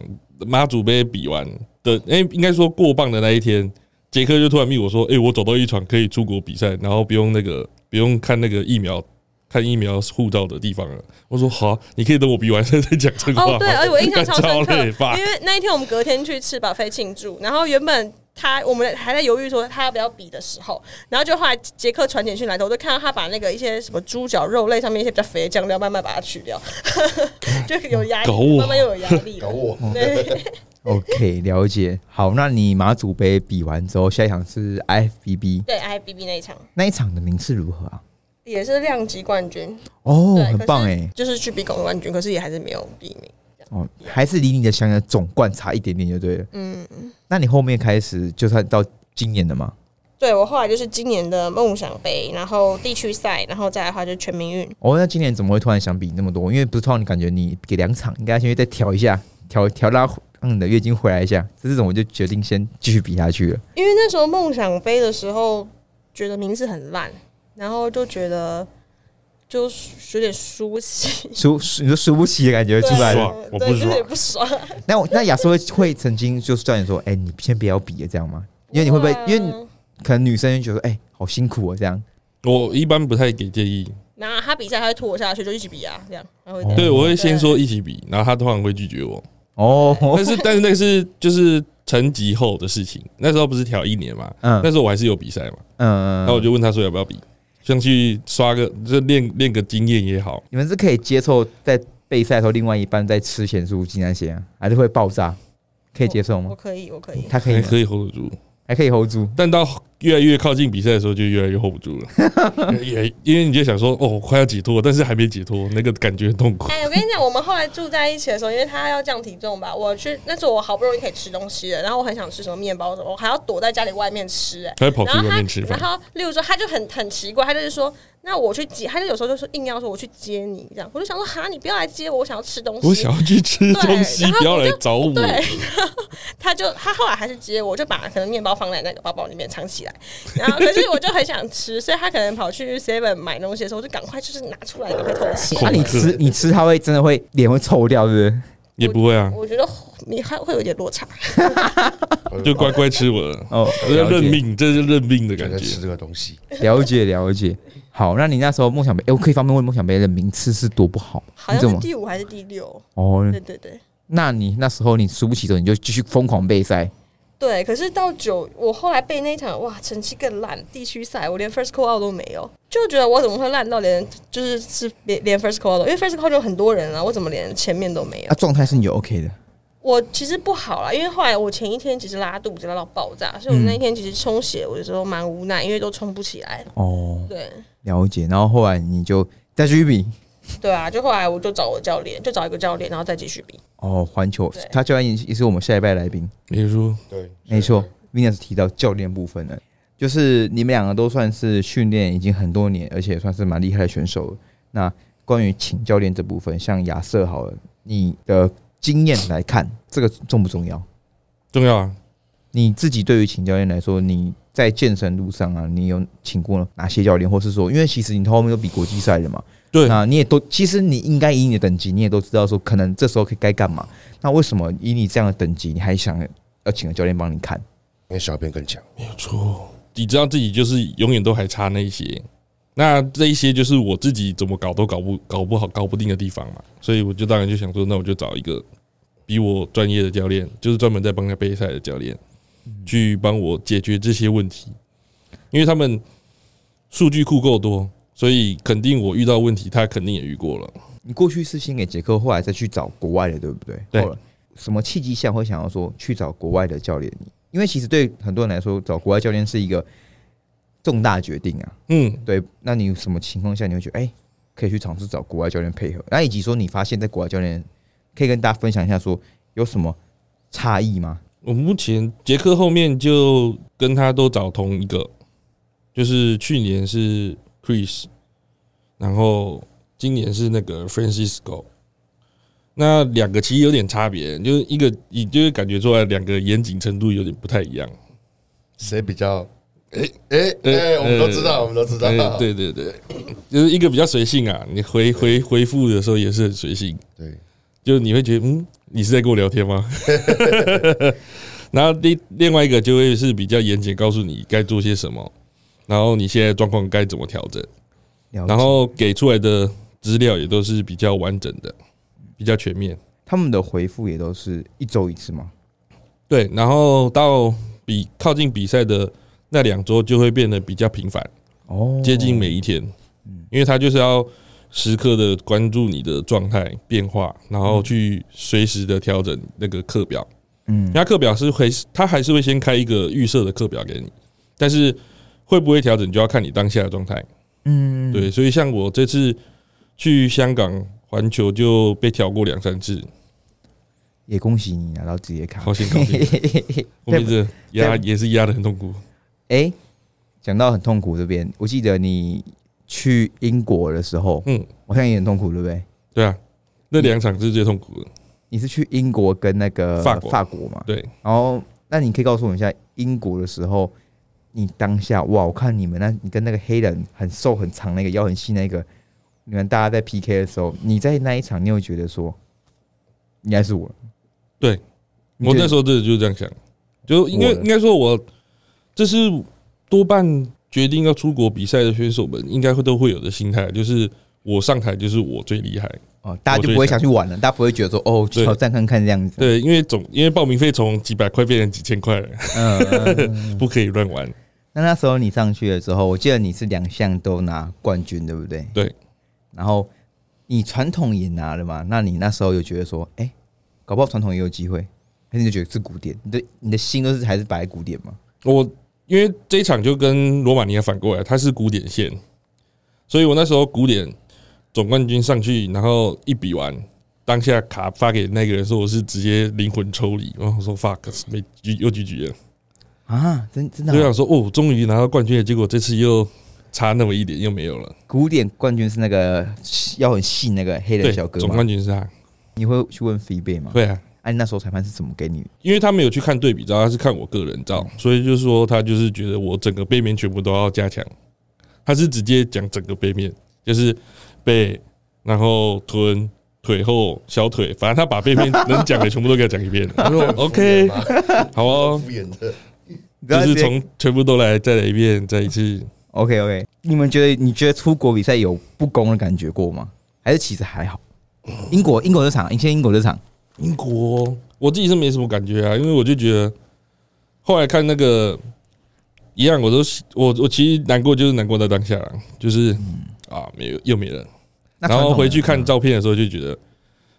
Speaker 3: 马祖杯比完的，哎、应该说过磅的那一天，杰克就突然密我说：“哎、我找到一场可以出国比赛，然后不用那个不用看那个疫苗。”看疫苗护照的地方了，我说好，你可以等我比完赛再讲这个话吗。
Speaker 4: 哦，对，而且我 印象超深刻，
Speaker 3: 累吧
Speaker 4: 因为那一天我们隔天去吃 buffet 庆祝，然后原本他我们还在犹豫说他要不要比的时候，然后就后来杰克传简讯来的，我就看到他把那个一些什么猪脚肉类上面一些比较肥的酱料慢慢把它去掉，就有压
Speaker 3: 搞
Speaker 4: 力，
Speaker 3: 我
Speaker 4: 慢慢又有压力
Speaker 2: 搞
Speaker 4: 了。
Speaker 2: 我，
Speaker 4: 对，
Speaker 1: OK，了解。好，那你马祖杯比完之后，下一场是 IFBB
Speaker 4: 对，IBB 哎那一场
Speaker 1: 那一场的名次如何啊？
Speaker 4: 也是量级冠军，
Speaker 1: 哦，
Speaker 4: 对，
Speaker 1: 很棒哎，，
Speaker 4: 就是去比总冠军，可是也还是没有第一名。
Speaker 1: 哦，还是离你的想要总冠差一点点就对了。
Speaker 4: 嗯，
Speaker 1: 那你后面开始就算到今年的嘛？
Speaker 4: 对我后来就是今年的梦想杯，然后地区赛，然后再来的话就是全民运，
Speaker 1: 哦，那今年怎么会突然想比那么多？因为不是突然你感觉你给两场，应该先再调一下，调调拉让你的月经回来一下。这种我就决定先继续比下去了。
Speaker 4: 因为那时候梦想杯的时候，觉得名字很烂，然后就觉得就是有点输 不起，
Speaker 1: 输输你说输不起的感觉出来了。
Speaker 3: 爽
Speaker 4: 对
Speaker 3: 我不
Speaker 4: 对，有
Speaker 3: 爽
Speaker 4: 点不
Speaker 1: 啊
Speaker 4: 爽。
Speaker 1: 那我那亚瑟会会曾经就是叫你说，哎、你先不要比了这样吗？因为你会不会？
Speaker 4: 啊嗯
Speaker 1: 因为可能女生就觉得，哎、好辛苦哦这样。
Speaker 3: 我一般不太给建议，
Speaker 4: 然后他比赛，他会拖我下去，就一起比啊，这样，然后
Speaker 1: 哦
Speaker 3: 对我会先说一起比，然后他通常会拒绝我。
Speaker 1: 哦，
Speaker 3: 但是但是那个是就是成绩后的事情，那时候不是调一年嘛，
Speaker 1: 嗯
Speaker 3: 那时候我还是有比赛嘛，
Speaker 1: 嗯，
Speaker 3: 然后我就问他说要不要比，想去刷个就练练个经验也好，
Speaker 1: 你们是可以接受在备赛的时候，另外一半在吃咸酥鸡那些、啊，还是会爆炸？可以接受
Speaker 4: 我
Speaker 1: 吗？
Speaker 4: 可以，我可以，
Speaker 1: 他可以
Speaker 3: 还
Speaker 1: 吗，
Speaker 3: 可以 hold 得住。
Speaker 1: 还可以 hold 住。
Speaker 3: 但到越来越靠近比赛的时候，就越来越 hold 不住了， 也因为你就想说哦，我快要解脱了，但是还没解脱，那个感觉很痛苦。
Speaker 4: 哎，我跟你讲，我们后来住在一起的时候，因为他要降体重吧，我去那时候我好不容易可以吃东西了，然后我很想吃什么面包什么，我还要躲在家里外面吃、哎。
Speaker 3: 他会跑
Speaker 4: 然
Speaker 3: 哦去
Speaker 4: 后
Speaker 3: 外
Speaker 4: 他
Speaker 3: 面吃，
Speaker 4: 然
Speaker 3: 饭，
Speaker 4: 后例如说，他就很很奇怪，他就是说，那我去接，他就有时候就是硬要说我去接你这样，我就想说，哈，你不要来接我，我想要吃东西。
Speaker 3: 我想要去吃东西
Speaker 4: 对然，后
Speaker 3: 不要
Speaker 4: 我
Speaker 3: 来
Speaker 4: 就
Speaker 3: 找我。
Speaker 4: 对，然后他就他后来还是接我，就把可能面包放在那个包包里面藏起来。然后可是我就很想吃，所以他可能跑去 Seven 买东西的时候，我就赶快就是拿出来，赶快偷吃。
Speaker 1: 那、
Speaker 3: 恐
Speaker 1: 啊你
Speaker 3: 吓
Speaker 1: 吃你吃，它会真的会脸会臭掉，是不是？
Speaker 3: 也不会啊，
Speaker 4: 我觉得你还会有点落差，
Speaker 3: 就乖乖吃我的。
Speaker 1: 哦，
Speaker 3: 这是
Speaker 1: 了
Speaker 3: 认
Speaker 1: 解
Speaker 3: 命，这是认命的
Speaker 2: 就
Speaker 3: 感
Speaker 2: 在吃
Speaker 3: 觉。
Speaker 2: 这个东西，
Speaker 1: 了解了解。好，那你那时候梦想杯，哎、我可以方便问梦想杯的名次是多不好吗？
Speaker 4: 好
Speaker 1: 你怎
Speaker 4: 像是
Speaker 1: 么？
Speaker 4: 第五还是第六？
Speaker 1: 哦，
Speaker 4: 对对对。
Speaker 1: 那你那时候你输不起的时候，你就继续疯狂备赛。
Speaker 4: 对，可是到九，我后来背那一场，哇，成绩更烂，地区赛我连 first call out 都没有，就觉得我怎么会烂到连就是是连连 first call out，都因为 first call 就很多人啊，我怎么连前面都没有
Speaker 1: 啊，？状态是你 OK 的，
Speaker 4: 我其实不好啦，因为后来我前一天其实拉肚子拉到爆炸，所以我
Speaker 3: 嗯
Speaker 4: 那一天其实充血，我有时候蛮无奈，因为都充不起来。
Speaker 1: 哦，
Speaker 4: 对
Speaker 1: 了解。然后后来你就再继续比，
Speaker 4: 对啊，就后来我就找我教练，就找一个教练，然后再继续比。
Speaker 1: 哦，环球
Speaker 4: 对
Speaker 1: 他教练也是我们下一拜来宾。
Speaker 3: 你说
Speaker 2: 对，
Speaker 1: 没错，Venus 提到教练部分了，就是你们两个都算是训练已经很多年，而且算是蛮厉害的选手了。那关于请教练这部分，像亚瑟好了，你的经验来看，这个重不重要？
Speaker 3: 重要啊？
Speaker 1: 你自己对于请教练来说，你在健身路上啊，你有请过哪些教练，或是说，因为其实你后面都比国际赛了嘛，
Speaker 3: 对
Speaker 1: 那你也都其实你应该以你的等级，你也都知道说，可能这时候可以该干嘛。那为什么以你这样的等级，你还想要请个教练帮你看？
Speaker 2: 因为小便更强，
Speaker 3: 错，你知道自己就是永远都还差那一些，那这一些就是我自己怎么搞都搞不搞不好、搞不定的地方嘛，所以我就当然就想说，那我就找一个比我专业的教练，就是专门在帮他备赛的教练，去帮我解决这些问题，因为他们数据库够多，所以肯定我遇到问题，他肯定也遇过了。
Speaker 1: 你过去是先给杰克，后来再去找国外的，对不对？
Speaker 3: 对
Speaker 1: 后来。什么契机下会想要说去找国外的教练？因为其实对很多人来说，找国外教练是一个重大决定啊，
Speaker 3: 嗯，
Speaker 1: 对，那你什么情况下你会觉得哎、可以去尝试找国外教练配合？那以及说你发现在国外教练可以跟大家分享一下说有什么差异吗？
Speaker 3: 我目前杰克后面就跟他都找同一个，就是去年是 Chris，然后今年是那个 Francisco。那两个其实有点差别，就是一个你就会感觉出来两个严谨程度有点不太一样。
Speaker 2: 谁比较？哎哎哎，
Speaker 1: 嗯
Speaker 2: 我们都知道，我们都知道。
Speaker 3: 哎对对对，就是一个比较随性啊，你回回回复的时候也是很随性，
Speaker 2: 对，
Speaker 3: 就是你会觉得嗯，你是在跟我聊天吗？然后另另外一个就会是比较严谨，告诉你该做些什么，然后你现在状况该怎么调整，
Speaker 1: 然
Speaker 3: 然后给出来的资料也都是比较完整的，比较全面。
Speaker 1: 他们的回复也都是一周一次吗？
Speaker 3: 对，然后到比靠近比赛的那两周就会变得比较频繁。
Speaker 1: 哦，
Speaker 3: 接近每一天，因为他就是要时刻的关注你的状态变化，然后去随时的调整那个课表。
Speaker 1: 嗯
Speaker 3: 那课表是会，他还是会先开一个预设的课表给你，但是会不会调整就要看你当下的状态。
Speaker 1: 嗯，
Speaker 3: 对，所以像我这次去香港环球就被调过两三次，
Speaker 1: 也恭喜你拿到职业卡，
Speaker 3: 好险 高兴，后面这压也是压的很痛苦。
Speaker 1: 哎，讲到很痛苦这边，我记得你去英国的时候，
Speaker 3: 嗯，
Speaker 1: 好像也很痛苦，对不对？
Speaker 3: 对啊，那两场是最痛苦的。
Speaker 1: 你是去英国跟那个
Speaker 3: 法国
Speaker 1: 法国嘛？
Speaker 3: 对，
Speaker 1: 然后，那你可以告诉我一下，英国的时候，你当下哇，我看你们那，你跟那个黑人很瘦很长那个腰很细那个，你们大家在 PK 的时候，你在那一场，你有觉得说，应该是我了？
Speaker 3: 对
Speaker 1: 你
Speaker 3: 我
Speaker 1: 觉得，
Speaker 3: 那时候真的就是这样想，就因为
Speaker 1: 我
Speaker 3: 应该说我这是多半决定要出国比赛的选手们应该会都会有的心态，就是我上台就是我最厉害。
Speaker 1: 哦，大家就不会想去玩了，大家不会觉得说哦，
Speaker 3: 对
Speaker 1: 挑战看看这样子。
Speaker 3: 对，因为总因为报名费从几百块变成几千块了，
Speaker 1: 嗯，嗯嗯
Speaker 3: 不可以乱玩。
Speaker 1: 那那时候你上去了之后，我记得你是两项都拿冠军，对不对？
Speaker 3: 对。
Speaker 1: 然后你传统也拿了嘛？那你那时候有觉得说，哎、搞不好传统也有机会，还是你就觉得是古典？你的你的心都是还是摆在古典嘛？
Speaker 3: 我因为这一场就跟罗马尼亚反过来，它是古典线，所以我那时候古典总冠军上去，然后一比完，当下卡发给那个人说我是直接灵魂抽离，然后我说 fuck 没又拒绝了。
Speaker 1: 啊，真真的
Speaker 3: 就
Speaker 1: 啊、
Speaker 3: 想说哦，终于拿到冠军了，结果这次又差那么一点，又没有了。
Speaker 1: 古典冠军是那个腰很细那个黑
Speaker 3: 对
Speaker 1: 人，小哥
Speaker 3: 总
Speaker 1: 嘛
Speaker 3: 冠？军是他。
Speaker 1: 你会去问 f e b 吗？
Speaker 3: 对啊，
Speaker 1: 哎、你那时候裁判是怎么给你？
Speaker 3: 因为他没有去看对比照，他是看我个人照，所以就是说他就是觉得我整个背面全部都要加强。他是直接讲整个背面，就是背，然后臀、腿后、小腿，反正他把背面能讲的全部都给他讲一遍。我说 OK，好哦，
Speaker 2: 敷衍的，
Speaker 1: 你知道他
Speaker 3: 就是
Speaker 1: 直接
Speaker 3: 从全部都来再来一遍，再一次。
Speaker 1: OK OK，你们觉得你觉得出国比赛有不公的感觉过吗？还是其实还好？英国英国这场，你先英国这场，
Speaker 3: 英国，我自己是没什么感觉啊，因为我就觉得后来看那个一样，我都我我其实难过就是难过在当下啦，就是啊没有又没了，
Speaker 1: 嗯那
Speaker 3: 然
Speaker 1: 传
Speaker 3: 后
Speaker 1: 统
Speaker 3: 回
Speaker 1: 呢
Speaker 3: 去看
Speaker 1: 嗯
Speaker 3: 照片的时候就觉得，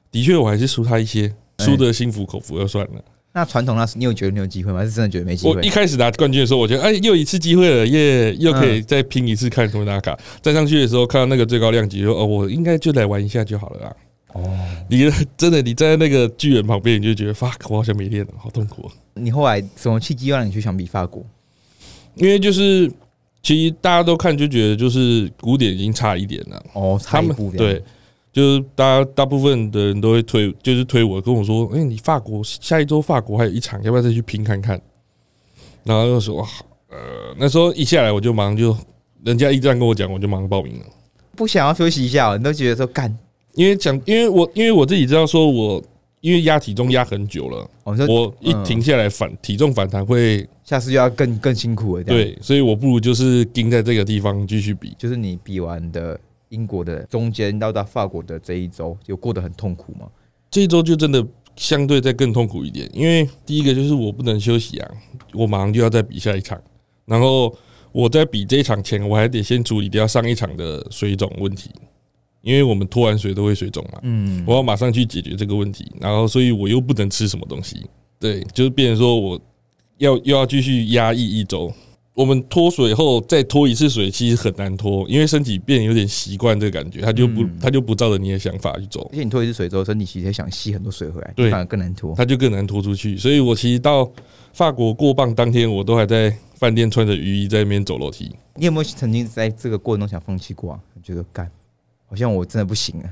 Speaker 3: 的确我还是输他一些，
Speaker 1: 哎
Speaker 3: 输的心服口服就算了。
Speaker 1: 那传统那时，你有觉得你有机会吗？还是真的觉得没机
Speaker 3: 我一
Speaker 1: 会？
Speaker 3: 开始拿冠军的时候，我觉得哎又一次机会了耶，又可以再拼一次看什么打卡。
Speaker 1: 嗯
Speaker 3: 站上去的时候看到那个最高量级，就说哦我应该就来玩一下就好了啦。哦，你真的你站在那个巨人旁边，你就觉得 fuck，我好像没练了，好痛苦、啊。
Speaker 1: 你后来什么契机又让你去想比法国？
Speaker 3: 因为就是其实大家都看就觉得就是古典已经差一点了，
Speaker 1: 哦，差
Speaker 3: 他
Speaker 1: 一
Speaker 3: 们
Speaker 1: 步这样
Speaker 3: 对，，就是大家大部分的人都会推，就是推我跟我说，哎、你法国下一周法国还有一场，要不要再去拼看看？然后就说，哇呃，那时候一下来我就马上就，人家一这样跟我讲，我就马上报名了，
Speaker 1: 不想要休息一下哦，你都觉得说干，
Speaker 3: 因为讲，因为我因为我自己知道说我因为压体重压很久了，
Speaker 1: 我说
Speaker 3: 我一停下来反体重反弹会
Speaker 1: 下次又要更更辛苦了。这样，
Speaker 3: 对，所以我不如就是盯在这个地方继续比。
Speaker 1: 就是你比完的英国的中间到达法国的这一周，有过得很痛苦吗？
Speaker 3: 这一周就真的相对再更痛苦一点，因为第一个就是我不能休息啊，我马上就要再比下一场，然后我在比这一场前，我还得先处理掉上一场的水肿问题，因为我们脱完水都会水肿嘛，
Speaker 1: 嗯，
Speaker 3: 我要马上去解决这个问题，然后所以我又不能吃什么东西，对，就是变成说我要又要继续压抑一周，我们脱水后再脱一次水，其实很难脱，因为身体变有点习惯这个感觉，它就不它就不照着你的想法去走
Speaker 1: 而，且你脱一次水之后，身体其实也想吸很多水回来，
Speaker 3: 对
Speaker 1: 反而更难脱。
Speaker 3: 它就更难脱出去。所以我其实到法国过磅当天，我都还在饭店穿着雨衣在那边走楼梯。
Speaker 1: 你有没有曾经在这个过程中想放弃过啊？觉得干，好像我真的不行啊！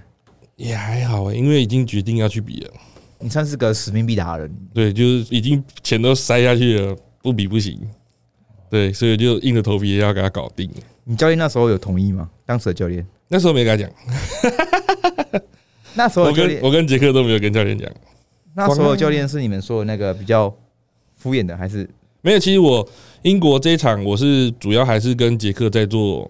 Speaker 3: 也还好、欸，因为已经决定要去比了，
Speaker 1: 你算是个使命必达的人，
Speaker 3: 对，就是已经钱都塞下去了，不比不行，对，所以就硬着头皮也要给他搞定。
Speaker 1: 你教练那时候有同意吗？当时的教练，
Speaker 3: 那时候没跟他讲，
Speaker 1: 那时候
Speaker 3: 我
Speaker 1: 的教
Speaker 3: 跟
Speaker 1: 练，
Speaker 3: 我跟杰克都没有跟教练讲，
Speaker 1: 那时候的教练是你们说的那个比较敷衍的，还是
Speaker 3: 没有。其实我英国这一场，我是主要还是跟杰克在做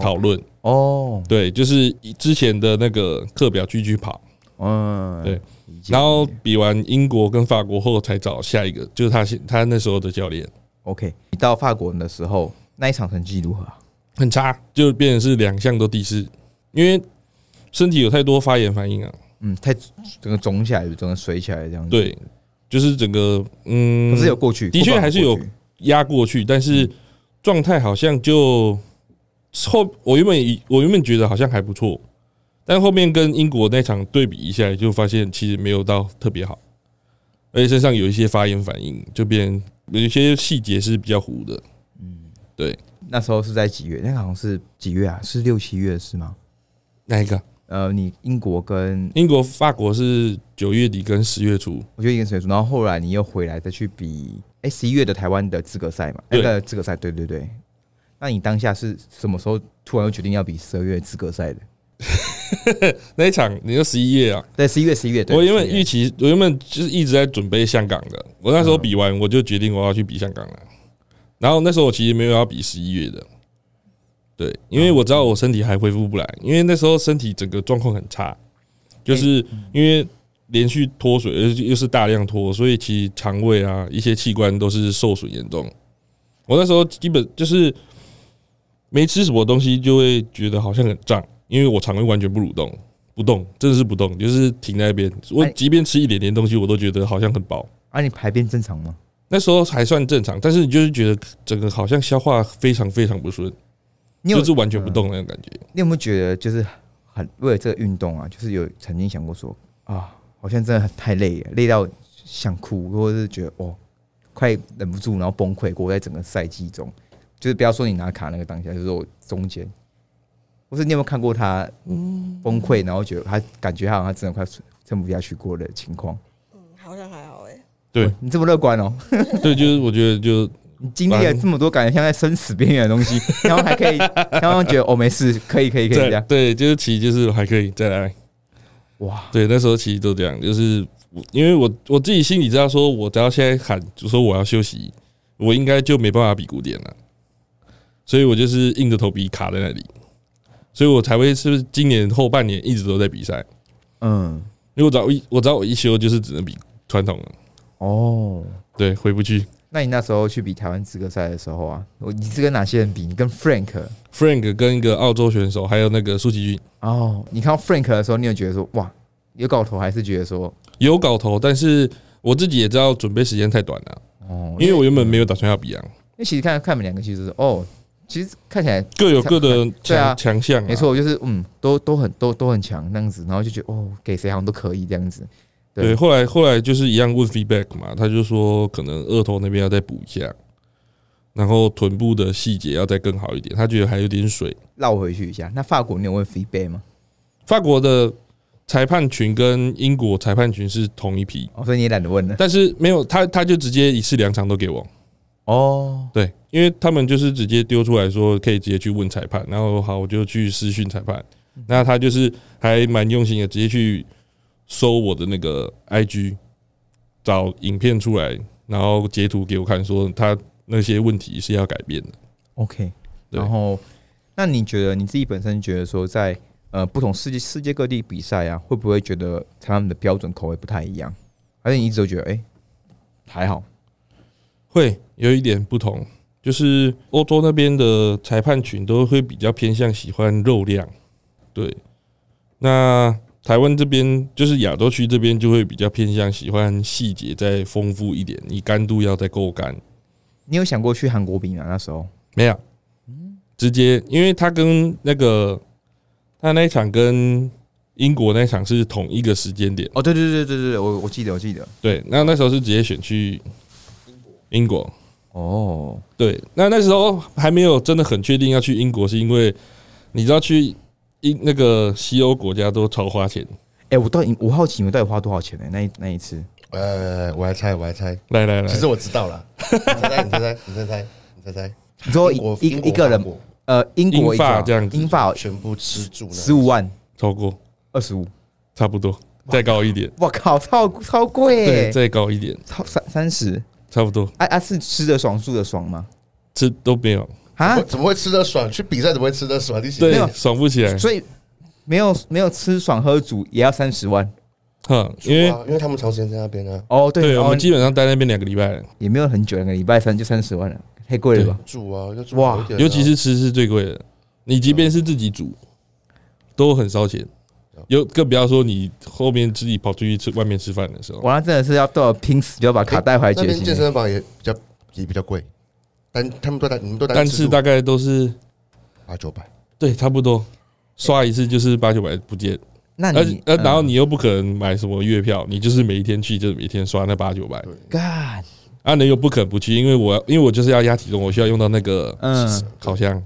Speaker 3: 讨论，
Speaker 1: 哦，
Speaker 3: 对，就是以之前的那个课表去去跑，
Speaker 1: 嗯，
Speaker 3: 对
Speaker 1: 理解，
Speaker 3: 然后
Speaker 1: 理解
Speaker 3: 比完英国跟法国后才找下一个，就是他现他那时候的教练
Speaker 1: OK，你到法国的时候，那一场成绩如何啊？
Speaker 3: 很差，就变成是两项都第四，因为身体有太多发炎反应啊。
Speaker 1: 嗯，太整个肿起来，整个水起来这样子。，
Speaker 3: 对，就是整个嗯，
Speaker 1: 可是有过去，
Speaker 3: 的确
Speaker 1: 过磅
Speaker 3: 还是有
Speaker 1: 过去
Speaker 3: 压过去，但是状态好像就后我原本以我原本觉得好像还不错，但后面跟英国那场对比一下来，就发现其实没有到特别好，而且身上有一些发炎反应，就变有一些细节是比较糊的。
Speaker 1: 那时候是在几月？那个好像是几月啊？是六七月是吗？
Speaker 3: 哪一个？
Speaker 1: 呃，你英国跟
Speaker 3: 英国、法国是九月底跟十月初，
Speaker 1: 我觉得一个水出，然后后来你又回来再去比，哎、十一月的台湾的资格赛嘛，那
Speaker 3: 对
Speaker 1: 个资格赛，对对对。那你当下是什么时候突然又决定要比十二月资格赛的？
Speaker 3: 那一场你说十一月啊，
Speaker 1: 对，十一月，十一月。对
Speaker 3: 我原本
Speaker 1: 11月
Speaker 3: 预期，我原本就是一直在准备香港的。我那时候比完，我就决定我要去比香港了。然后那时候我其实没有要比十一月的，对，因为我知道我身体还恢复不来，因为那时候身体整个状况很差，就是因为连续脱水，又又是大量脱，所以其实肠胃啊一些器官都是受损严重。我那时候基本就是没吃什么东西，就会觉得好像很胀，因为我肠胃完全不蠕动，不动，真的是不动，就是停在那边。我
Speaker 1: 哎
Speaker 3: 即便吃一点点东西，我都觉得好像很饱。
Speaker 1: 啊，你排便正常吗？
Speaker 3: 那时候还算正常，但是你就是觉得整个好像消化非常非常不顺，
Speaker 1: 你有
Speaker 3: 就是完全不动那种感觉。
Speaker 1: 你有没有觉得就是很为了这个运动啊，就是有曾经想过说啊，好像真的太累了，累到想哭，或者是觉得哦，快忍不住，然后崩溃过，在整个赛季中，就是不要说你拿卡那个当下，就是我中间，或是你有没有看过他崩溃，然后觉得他感觉他好像真的快撑不下去过的情况？
Speaker 4: 嗯，好像还好哎、
Speaker 1: 你这么乐观哦，
Speaker 3: 对，就是我觉得就
Speaker 1: 你经历了这么多感觉像在生死边缘的东西，然后还可以，然后觉得哦没事，可以可以可以这
Speaker 3: 再
Speaker 1: 样，
Speaker 3: 对，就是其实就是还可以再来。
Speaker 1: 哇，
Speaker 3: 对，那时候其实都这样，就是我因为我我自己心里知道，说我只要现在喊就说我要休息，我应该就没办法比古典了，所以我就是硬着头皮卡在那里，所以我才会是不是今年后半年一直都在比赛，
Speaker 1: 嗯，
Speaker 3: 因为我只要一我只要我一休就是只能比传统了，
Speaker 1: 哦。
Speaker 3: 对，回不去。
Speaker 1: 那你那时候去比台湾资格赛的时候啊，我你是跟哪些人比？你跟 Frank
Speaker 3: Frank 跟一个澳洲选手，还有那个舒淇君
Speaker 1: 哦，你看到 Frank 的时候，你有觉得说哇有搞头，还是觉得说
Speaker 3: 有搞头，但是我自己也知道准备时间太短了，
Speaker 1: 哦？
Speaker 3: 因为我原本没
Speaker 1: 有，
Speaker 3: 有打算要比啊，
Speaker 1: 因为其实看看你们两个，其实是哦，其实看起来
Speaker 3: 各有各的
Speaker 1: 对啊
Speaker 3: 强强项啊，
Speaker 1: 没错，就是嗯，都都很都都很强那样子，然后就觉得哦，给谁好像都可以这样子。对
Speaker 3: 对，后来后来就是一样问 feedback 嘛，他就说可能二头那边要再补一下，然后臀部的细节要再更好一点，他觉得还有点水。
Speaker 1: 绕回去一下，那法国你有问 feedback 吗？
Speaker 3: 法国的裁判群跟英国裁判群是同一批，
Speaker 1: 哦，所以你也懒得问了。
Speaker 3: 但是没有他他就直接一次两场都给我，
Speaker 1: 哦，
Speaker 3: 对，因为他们就是直接丢出来说可以直接去问裁判，然后好我就去私讯裁判，那他就是还蛮用心的，直接去搜我的那个 IG，找影片出来，然后截图给我看，说他那些问题是要改变的。
Speaker 1: OK，
Speaker 3: 对
Speaker 1: 然后那你觉得你自己本身觉得说在，呃不同世界世界各地比赛啊，会不会觉得他们的标准口味不太一样？还是你一直都觉得哎、还好？
Speaker 3: 会有一点不同，就是欧洲那边的裁判群都会比较偏向喜欢肉量，对。那台湾这边就是亚洲区这边就会比较偏向喜欢细节再丰富一点，你干度要再够干，
Speaker 1: 你有想过去韩国比吗？那时候
Speaker 3: 没有，直接，因为他跟那个他那一场跟英国那一场是同一个时间点，
Speaker 1: 哦，对对对对对对，我我记得我记得
Speaker 3: 对，那那时候是直接选去英国，
Speaker 1: 哦，
Speaker 3: 对，那那时候还没有真的很确定要去英国，是因为你知道去英那个西欧国家都超花钱。
Speaker 1: 哎、我到底我好奇你们到底花多少钱呢、那一那一次
Speaker 2: 呃，我来猜，我来猜，
Speaker 3: 来来来，
Speaker 1: 哎
Speaker 2: 其实我知道了。你猜猜，你 猜猜，你猜猜，你猜猜，
Speaker 1: 你说一
Speaker 2: 英国
Speaker 1: 一
Speaker 2: 英国
Speaker 1: 一个人
Speaker 2: 法国
Speaker 1: 呃英国
Speaker 3: 英法
Speaker 1: 一个
Speaker 3: 这样子
Speaker 1: 英法
Speaker 2: 全部吃住呢
Speaker 1: 十五万
Speaker 3: 超过
Speaker 1: 二十五，
Speaker 3: 差不多，再高一点，
Speaker 1: 我靠，超超贵、
Speaker 3: 对，
Speaker 1: 欸，
Speaker 3: 再高一点，
Speaker 1: 超三三十，
Speaker 3: 差不多，
Speaker 1: 啊啊是吃的爽住的爽吗？
Speaker 3: 这都没有，
Speaker 1: 啊
Speaker 2: 我，怎么会吃得爽？去比赛怎么会吃得爽？你
Speaker 1: 没
Speaker 3: 对
Speaker 1: 有，
Speaker 3: 爽不起来，
Speaker 1: 所以没有没有吃爽喝足也要三十万
Speaker 3: 哼，因
Speaker 2: 因为
Speaker 3: 为
Speaker 2: 啊因为他们长时间在那边啊，
Speaker 1: 哦，对，
Speaker 3: 对
Speaker 1: 哦
Speaker 3: 我们基本上待那边两个礼拜了，
Speaker 1: 也没有很久，两个礼拜三就三十万了，太贵了吧？
Speaker 2: 住啊，就住
Speaker 1: 哇
Speaker 2: 好一点啊
Speaker 3: 尤其是吃是最贵的，你即便是自己煮，都很烧钱，
Speaker 1: 啊
Speaker 3: 有更不要说你后面自己跑出去吃外面吃饭的时候，
Speaker 1: 哇，那真的是要到拼死就要
Speaker 3: 哎
Speaker 1: 把卡带回来
Speaker 2: 那
Speaker 1: 解
Speaker 2: 边健
Speaker 1: 决。
Speaker 2: 身房也比较也比较贵，但他们都单你们都单
Speaker 3: 但
Speaker 2: 吃
Speaker 3: 是
Speaker 2: 住
Speaker 3: 大概都是
Speaker 2: 八九百，
Speaker 3: 对差不多，刷一次就是八九百不见。
Speaker 1: 那
Speaker 3: 而
Speaker 1: 你
Speaker 3: 呃，然后
Speaker 1: 嗯
Speaker 3: 你又不可能买什么月票，你就是每一天去，就是每天刷那八九百。
Speaker 1: 嗯 God，
Speaker 3: 啊，你又不可能不去，因为我要因为我就是要压体重，我需要用到那个
Speaker 1: 嗯
Speaker 3: 烤箱。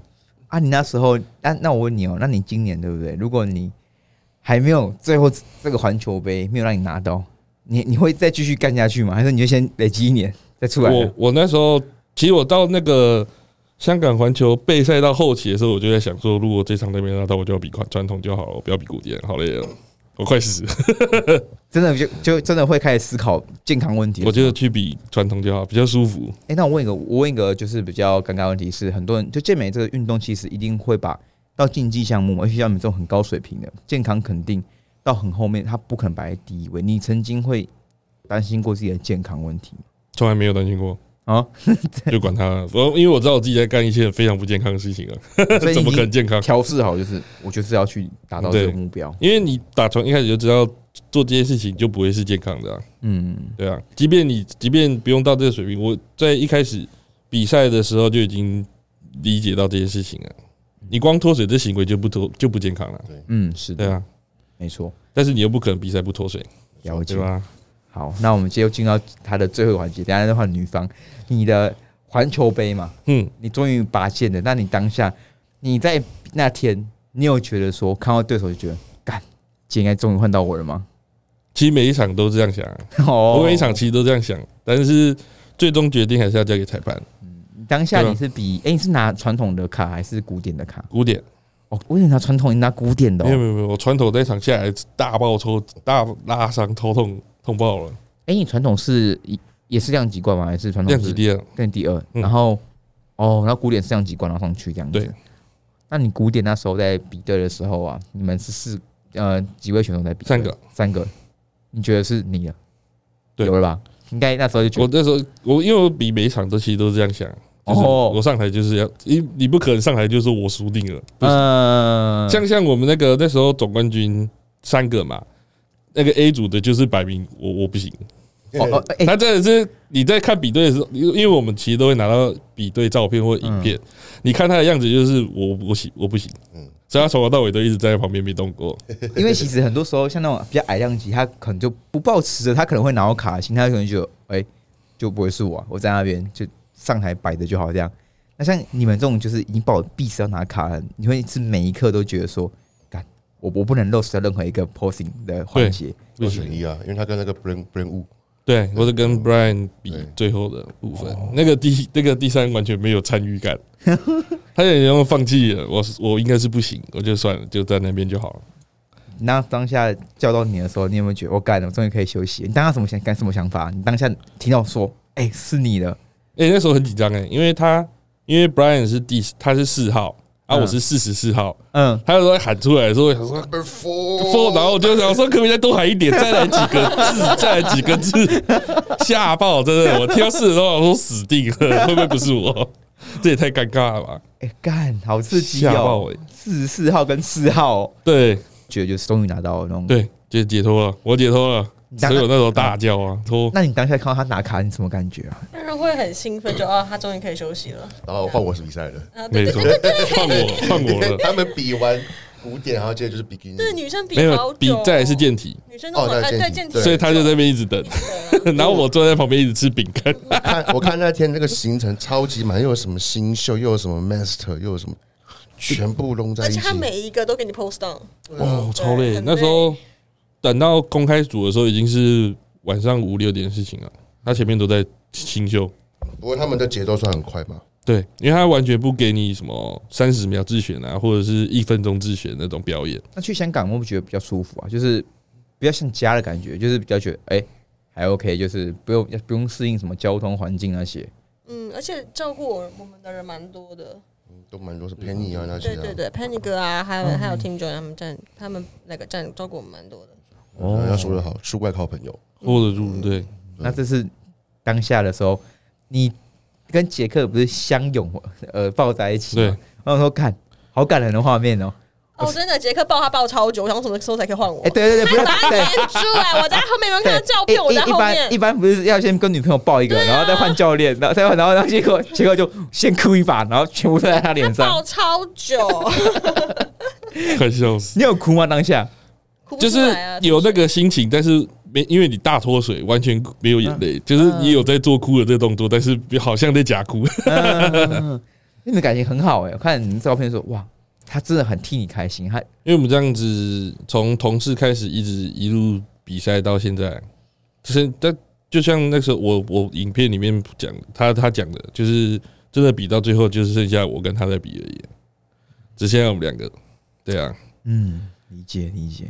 Speaker 1: 啊，你那时候，那、那我问你哦，那你今年对不对？如果你还没有最后这个环球杯没有让你拿到，你你会再继续干下去吗？还是你就先累积一年再出来？
Speaker 3: 我我那时候其实我到那个香港环球备赛到后期的时候，我就在想说，如果这场那边拿到，我就要比传传统就好了，我不要比古典，好累哦，我快死了，
Speaker 1: 真的就就真的会开始思考健康问题了吗。
Speaker 3: 我觉得去比传统就好，比较舒服。
Speaker 1: 哎、那我问一个，我问一个就是比较尴尬的问题是，很多人就健美这个运动，其实一定会把到竞技项目，而且像你们这种很高水平的健康，肯定到很后面，它不可能摆在第一位。你曾经会担心过自己的健康问题吗？
Speaker 3: 从来没有担心过，
Speaker 1: 啊，
Speaker 3: 就管它了。我因为我知道我自己在干一些非常不健康的事情啊，
Speaker 1: 所以
Speaker 3: 怎么可能
Speaker 1: 你
Speaker 3: 健康？
Speaker 1: 调试好，就是我就是要去达到这个
Speaker 3: 对
Speaker 1: 目标。
Speaker 3: 因为你打从一开始就知道做这些事情就不会是健康的、啊，
Speaker 1: 嗯，
Speaker 3: 对啊。即便你即便不用到这个水平，我在一开始比赛的时候就已经理解到这件事情了。你光脱水这行为就不脱就不健康了，
Speaker 1: 嗯，是
Speaker 3: 对
Speaker 1: 的，
Speaker 3: 啊。
Speaker 1: 没错，
Speaker 3: 但是你又不可能比赛不脱水，
Speaker 1: 了解
Speaker 3: 对。啊吧？
Speaker 1: 好，那我们接着进到它的最后一个环节，等一下再换女方，你的环球杯嘛，
Speaker 3: 嗯，
Speaker 1: 你终于拔线了。那你当下你在那天，你有觉得说看到对手就觉得干，今天应该终于换到我了 吗？
Speaker 3: 其实每一场都是这样想啊、
Speaker 1: 哦
Speaker 3: 我每一场其实都这样想，但是最终决定还是要交给裁判。
Speaker 1: 当下
Speaker 3: 对啊
Speaker 1: 你是比哎、你是拿传统的卡还是古典的卡？
Speaker 3: 古典
Speaker 1: 哦，我以为拿传统，你拿古典的、
Speaker 3: 没有
Speaker 1: 哦。
Speaker 3: 没有没有，我传统那一场下来大爆抽大拉伤头痛痛爆了，
Speaker 1: 哎、你传统是一也是量级冠吗？还是传统
Speaker 3: 量
Speaker 1: 是
Speaker 3: 级第二。
Speaker 1: 跟第二？
Speaker 3: 嗯
Speaker 1: 然后哦，然后古典是量级冠，然后上去这样子。
Speaker 3: 对。
Speaker 1: 那你古典那时候在比对的时候啊，你们是四呃几位选手在比对？
Speaker 3: 三个，
Speaker 1: 三个。你觉得是你的？
Speaker 3: 对
Speaker 1: 有了吧？应该那时候就觉得
Speaker 3: 我那时候我因为我比每一场都其实都是这样想，就是
Speaker 1: 哦
Speaker 3: 我上台就是要你你不可能上台就说我输定了，不是
Speaker 1: 嗯，
Speaker 3: 像像我们那个那时候总冠军三个嘛，那个 A 组的就是摆明我我不行，
Speaker 1: 哦哦，哎、
Speaker 3: 呃他真的是你在看比对的时候，因为因为我们其实都会拿到比对照片或影
Speaker 1: 嗯
Speaker 3: 片，你看他的样子就是我我不行我不行，
Speaker 2: 嗯
Speaker 3: 所以他从头到尾都一直站在旁边没动过，
Speaker 1: 因为其实很多时候像那种比较矮量级，他可能就不抱持着他可能会拿到卡的心，他可能就哎、就不会是我啊、我在那边就上台摆着就好这样。那像你们这种就是已经抱必死要拿卡了，你会是每一刻都觉得说，干我我不能 lose 掉任何一个 posing 的环节。
Speaker 2: 二选一啊，因为他跟那个 Brain Brain 物
Speaker 3: 对
Speaker 1: 嗯
Speaker 3: 我是
Speaker 1: 哦
Speaker 3: 跟 Brian 比
Speaker 2: 对
Speaker 3: 最后的部分，那个第那个第三完全没有参 与感，他有点放弃了，我是我应该是不行，我就算了，就在那边就好了。
Speaker 1: 那当下叫到你的时候，你有没有觉得我干了，我终于可以休息？你当下什么想干什么想法？你当下听到说，哎、是你的，
Speaker 3: 哎、那时候很紧张哎，因为他因为 Brian 是第他是四号，啊
Speaker 1: 嗯
Speaker 3: 我是四十四号，
Speaker 1: 嗯，
Speaker 3: 他有时候喊出来的时候，我想说
Speaker 2: Four，
Speaker 1: 哦
Speaker 3: four，然后我就想说可不可以再多喊 一点，再来几个字，再来几个字，吓爆！真的，我听到四的时候我说死定了，会不会不是我？这也太尴尬了吧！
Speaker 1: 哎、干，好 刺激
Speaker 3: 吓爆欸
Speaker 1: 哦！
Speaker 3: 我！
Speaker 1: 四十四号跟四号哦、
Speaker 3: 对
Speaker 4: 嗯
Speaker 1: 觉得就是终于拿到了那种
Speaker 3: 对，就解脱了，我解脱了。所以我那时候大叫啊，说
Speaker 1: 那你当下看到他打卡，你什么感觉啊？
Speaker 4: 当然会很兴奋，就啊，他终于可以休息了。
Speaker 2: 然后换我是比赛了，，
Speaker 4: 啊，对
Speaker 3: 没
Speaker 4: 对
Speaker 3: 错
Speaker 4: 对，，
Speaker 3: 换我换我了
Speaker 2: 他们比完古典，然后接着就是比基尼，
Speaker 4: 对女生比
Speaker 3: 没
Speaker 4: 好
Speaker 3: 有
Speaker 4: 久
Speaker 3: 比赛是健体，
Speaker 4: 女生都很
Speaker 2: 哦
Speaker 4: 爱
Speaker 2: 对
Speaker 4: 对啊
Speaker 2: 健
Speaker 4: 健
Speaker 2: 体
Speaker 4: 体，
Speaker 3: 所以他就在那边一直等， 然后我坐在旁边一直吃饼干。
Speaker 2: 我看我看那天那个行程超级满，又有什么新秀，又有什么 master，又有什么，全部弄在
Speaker 4: 而
Speaker 2: 一
Speaker 4: 且
Speaker 2: 起。
Speaker 4: 他每一个都给你 post down，
Speaker 3: 哦，超
Speaker 4: 啊对
Speaker 3: 累
Speaker 4: 很。
Speaker 3: 那时候等到公开组的时候，已经是晚上五六点的事情了。他前面都在清修，
Speaker 2: 不过他们的节奏算很快嘛，
Speaker 3: 对，因为他完全不给你什么三十秒自选啊，或者是一分钟自选那种表演。
Speaker 1: 那去香港，我会觉得比较舒服啊，就是比较像家的感觉，就是比较觉得哎、还 OK，就是不用不用适应什么交通环境那些。
Speaker 4: 嗯，而且照顾我我们的人蛮多的，
Speaker 2: 都蛮多是 Penny 啊那些
Speaker 4: 对
Speaker 2: 啊
Speaker 4: 对，对，Penny 哥啊，还有
Speaker 1: 嗯
Speaker 4: 还有听众他们站，他们那个站照顾我们蛮多的。
Speaker 1: 哦
Speaker 2: 要说的好，出外靠朋友。
Speaker 3: hold 得
Speaker 4: 嗯
Speaker 3: 住，对，
Speaker 1: 那这是当下的时候，你跟杰克不是相拥呃抱在一起吗？然后说看，好感人的画面哦、
Speaker 4: 哦，真的，杰克抱他抱超久，我想什么时候才可以换我
Speaker 1: 哎、？对对对，不要
Speaker 4: 他
Speaker 1: 对
Speaker 4: 粘。住哎，我在后面有没有看到照片？我
Speaker 1: 一
Speaker 4: 在
Speaker 1: 一
Speaker 4: 后
Speaker 1: 般一
Speaker 4: 面。
Speaker 1: 般不是要先跟女朋友抱一个，
Speaker 4: 对啊
Speaker 1: 然后再换教练，然后再换，然后然后结果结果就先哭一把，然后全部都在他脸上
Speaker 4: 抱。超 久，
Speaker 3: 快笑死。
Speaker 1: 你有哭吗？当下
Speaker 4: 哭不
Speaker 3: 就是
Speaker 4: 出来啊
Speaker 3: 有那个心情，但是没因为你大脱水，完全没有眼
Speaker 4: 嗯
Speaker 3: 泪，就是你有在做哭的这动作，但是好像在假哭。
Speaker 1: 你们感情很好哎、我看你们照片说哇，他真的很替你开心，他
Speaker 3: 因为我们这样子从同事开始，一直一路比赛到现在，就是但就像那时候我我影片里面讲他他讲的，就是真的比到最后，就是剩下我跟他在比而已，只剩下我们两个。对啊，
Speaker 1: 嗯，理解理解。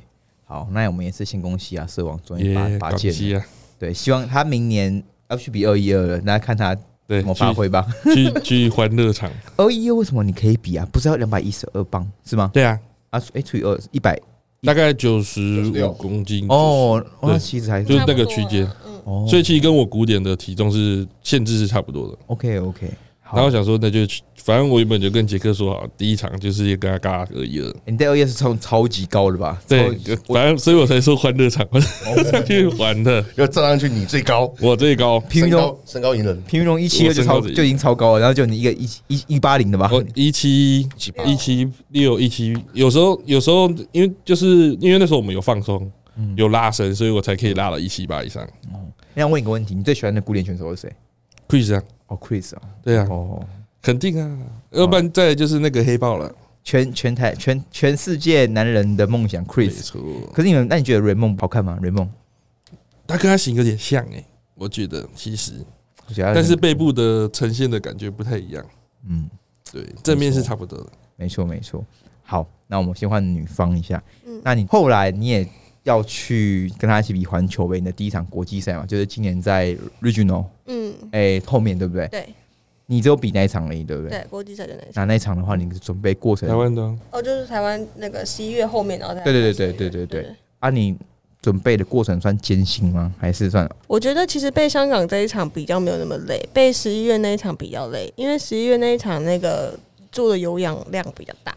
Speaker 1: 好，那我们也是先恭喜啊，色王终于
Speaker 3: 也
Speaker 1: 拔拔
Speaker 3: 感
Speaker 1: 剑了
Speaker 3: 激啊，
Speaker 1: 对，希望他明年要去比二一二了，那看他
Speaker 3: 对
Speaker 1: 怎，么发挥吧。
Speaker 3: 去去去欢 乐场，
Speaker 1: 二一二为什么你可以比啊？不是要两百一十二磅是吗？
Speaker 3: 对啊，
Speaker 1: 啊，哎、除以二一百
Speaker 3: 大概九十五
Speaker 2: 96
Speaker 3: 公斤
Speaker 1: 哦，
Speaker 3: 对
Speaker 1: 哇，其实还
Speaker 3: 就是那个区间
Speaker 4: 差不多啊嗯，
Speaker 1: 哦，
Speaker 3: 所以其实跟我古典的体重是限制是差不多的。
Speaker 1: OK OK，好，
Speaker 3: 然后想说，那就去反正我原本就跟杰克说好，第一场就是跟他嘎而已了。
Speaker 1: 哎你在二月是冲超级高的吧？
Speaker 3: 对
Speaker 1: 超级，
Speaker 3: 反正哦所以我才说欢乐场，我上 去玩的，
Speaker 2: 要站上去，你最高，
Speaker 3: 我最高，
Speaker 1: 平
Speaker 2: 身
Speaker 1: 民
Speaker 2: 高
Speaker 1: 龙，
Speaker 2: 身高赢人，
Speaker 1: 平民龙一七二就超
Speaker 3: 我身高是一
Speaker 1: 就已经超高了，然后就你一个一一一八零的吧？
Speaker 3: 我一啊七一七六一七，有时候有时候因为就是因为那时候我们有放松，有拉伸，所以我才可以拉到一七八以上。
Speaker 1: 那想问一个问题，你最喜欢的古典选手是谁？
Speaker 3: Chris 啊，
Speaker 1: 哦，Chris 啊，
Speaker 3: 对啊，
Speaker 1: 哦，
Speaker 3: 肯定啊，要不然再来就是那个黑豹了，
Speaker 1: 全全台全全世界男人的梦想
Speaker 3: 没
Speaker 1: ，Chris。
Speaker 3: 错，
Speaker 1: 可是你们，那你觉得 Raymond 好看吗？Raymond，
Speaker 3: 他跟他型有点像诶、我觉得其实，
Speaker 1: 我觉得他
Speaker 3: 但是背部的呈现的感觉不太一样。
Speaker 1: 嗯，
Speaker 3: 对，正面是差不多的。
Speaker 1: 没错没错。好，那我们先换女方一下。
Speaker 4: 嗯
Speaker 1: 那你后来你也要去跟他一起比环球杯你的第一场国际赛嘛？就是今年在 Regional
Speaker 4: 嗯，
Speaker 1: 哎、后面对不对？
Speaker 4: 对
Speaker 1: 你只有比那一场而已，对不对？
Speaker 4: 对，国际赛的那一场，
Speaker 1: 那那一场的话，你是准备过程
Speaker 3: 台湾的啊
Speaker 4: 哦，就是台湾那个十一月后面，然后再
Speaker 1: 对对对
Speaker 4: 来
Speaker 1: 对对对
Speaker 4: 对
Speaker 1: 对。啊，你准备的过程算艰辛吗？还是算
Speaker 4: 我觉得其实被香港这一场比较没有那么累，被十一月那一场比较累，因为十一月那一场那个做的有氧量比较大，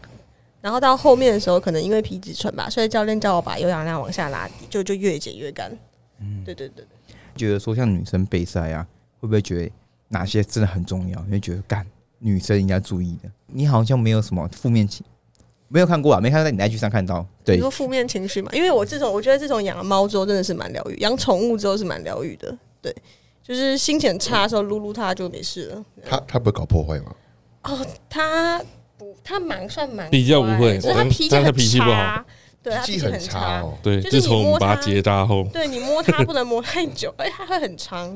Speaker 4: 然后到后面的时候可能因为皮质醇吧，所以教练叫我把有氧量往下拉低，就就越解越干。嗯，对对对对，
Speaker 1: 觉得说像女生备赛啊，会不会觉得哪些真的很重要？你会觉得干女生应该注意的，你好像没有什么负面情，没有看过啊，没看到在你的 IG 上看到。对
Speaker 4: 你，说负面情绪嘛？因为我自从我觉得自从养了猫之后真的是蛮疗愈，养宠物之后是蛮疗愈的。对，就是心情差的时候撸撸它就没事了。
Speaker 2: 他他不会搞破坏吗？
Speaker 4: 哦，他不，他蛮算蛮
Speaker 3: 比较
Speaker 4: 乖
Speaker 3: 不会
Speaker 4: 只是他
Speaker 3: 但
Speaker 4: 脾气
Speaker 3: 但
Speaker 4: 很
Speaker 3: 他脾气不好
Speaker 4: 差，对，他
Speaker 2: 脾
Speaker 4: 脾
Speaker 2: 气
Speaker 4: 气
Speaker 2: 很
Speaker 4: 很
Speaker 2: 差
Speaker 4: 差。
Speaker 2: 哦，
Speaker 3: 对，
Speaker 4: 就是
Speaker 3: 自
Speaker 4: 你
Speaker 3: 从我们
Speaker 4: 摸
Speaker 3: 把
Speaker 4: 它
Speaker 3: 它结扎后，
Speaker 4: 对你摸它不能摸太久， 而且它会很长，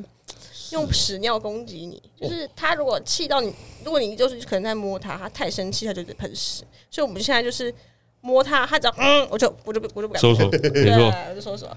Speaker 4: 用屎尿攻击你。就是它如果气到你，如果你就是可能在摸它，它太生气，它就得喷屎。所以我们现在就是摸它，它只要嗯，我就我就不我就不敢
Speaker 3: 收手，
Speaker 4: 对
Speaker 3: 没错，
Speaker 4: 我就收手。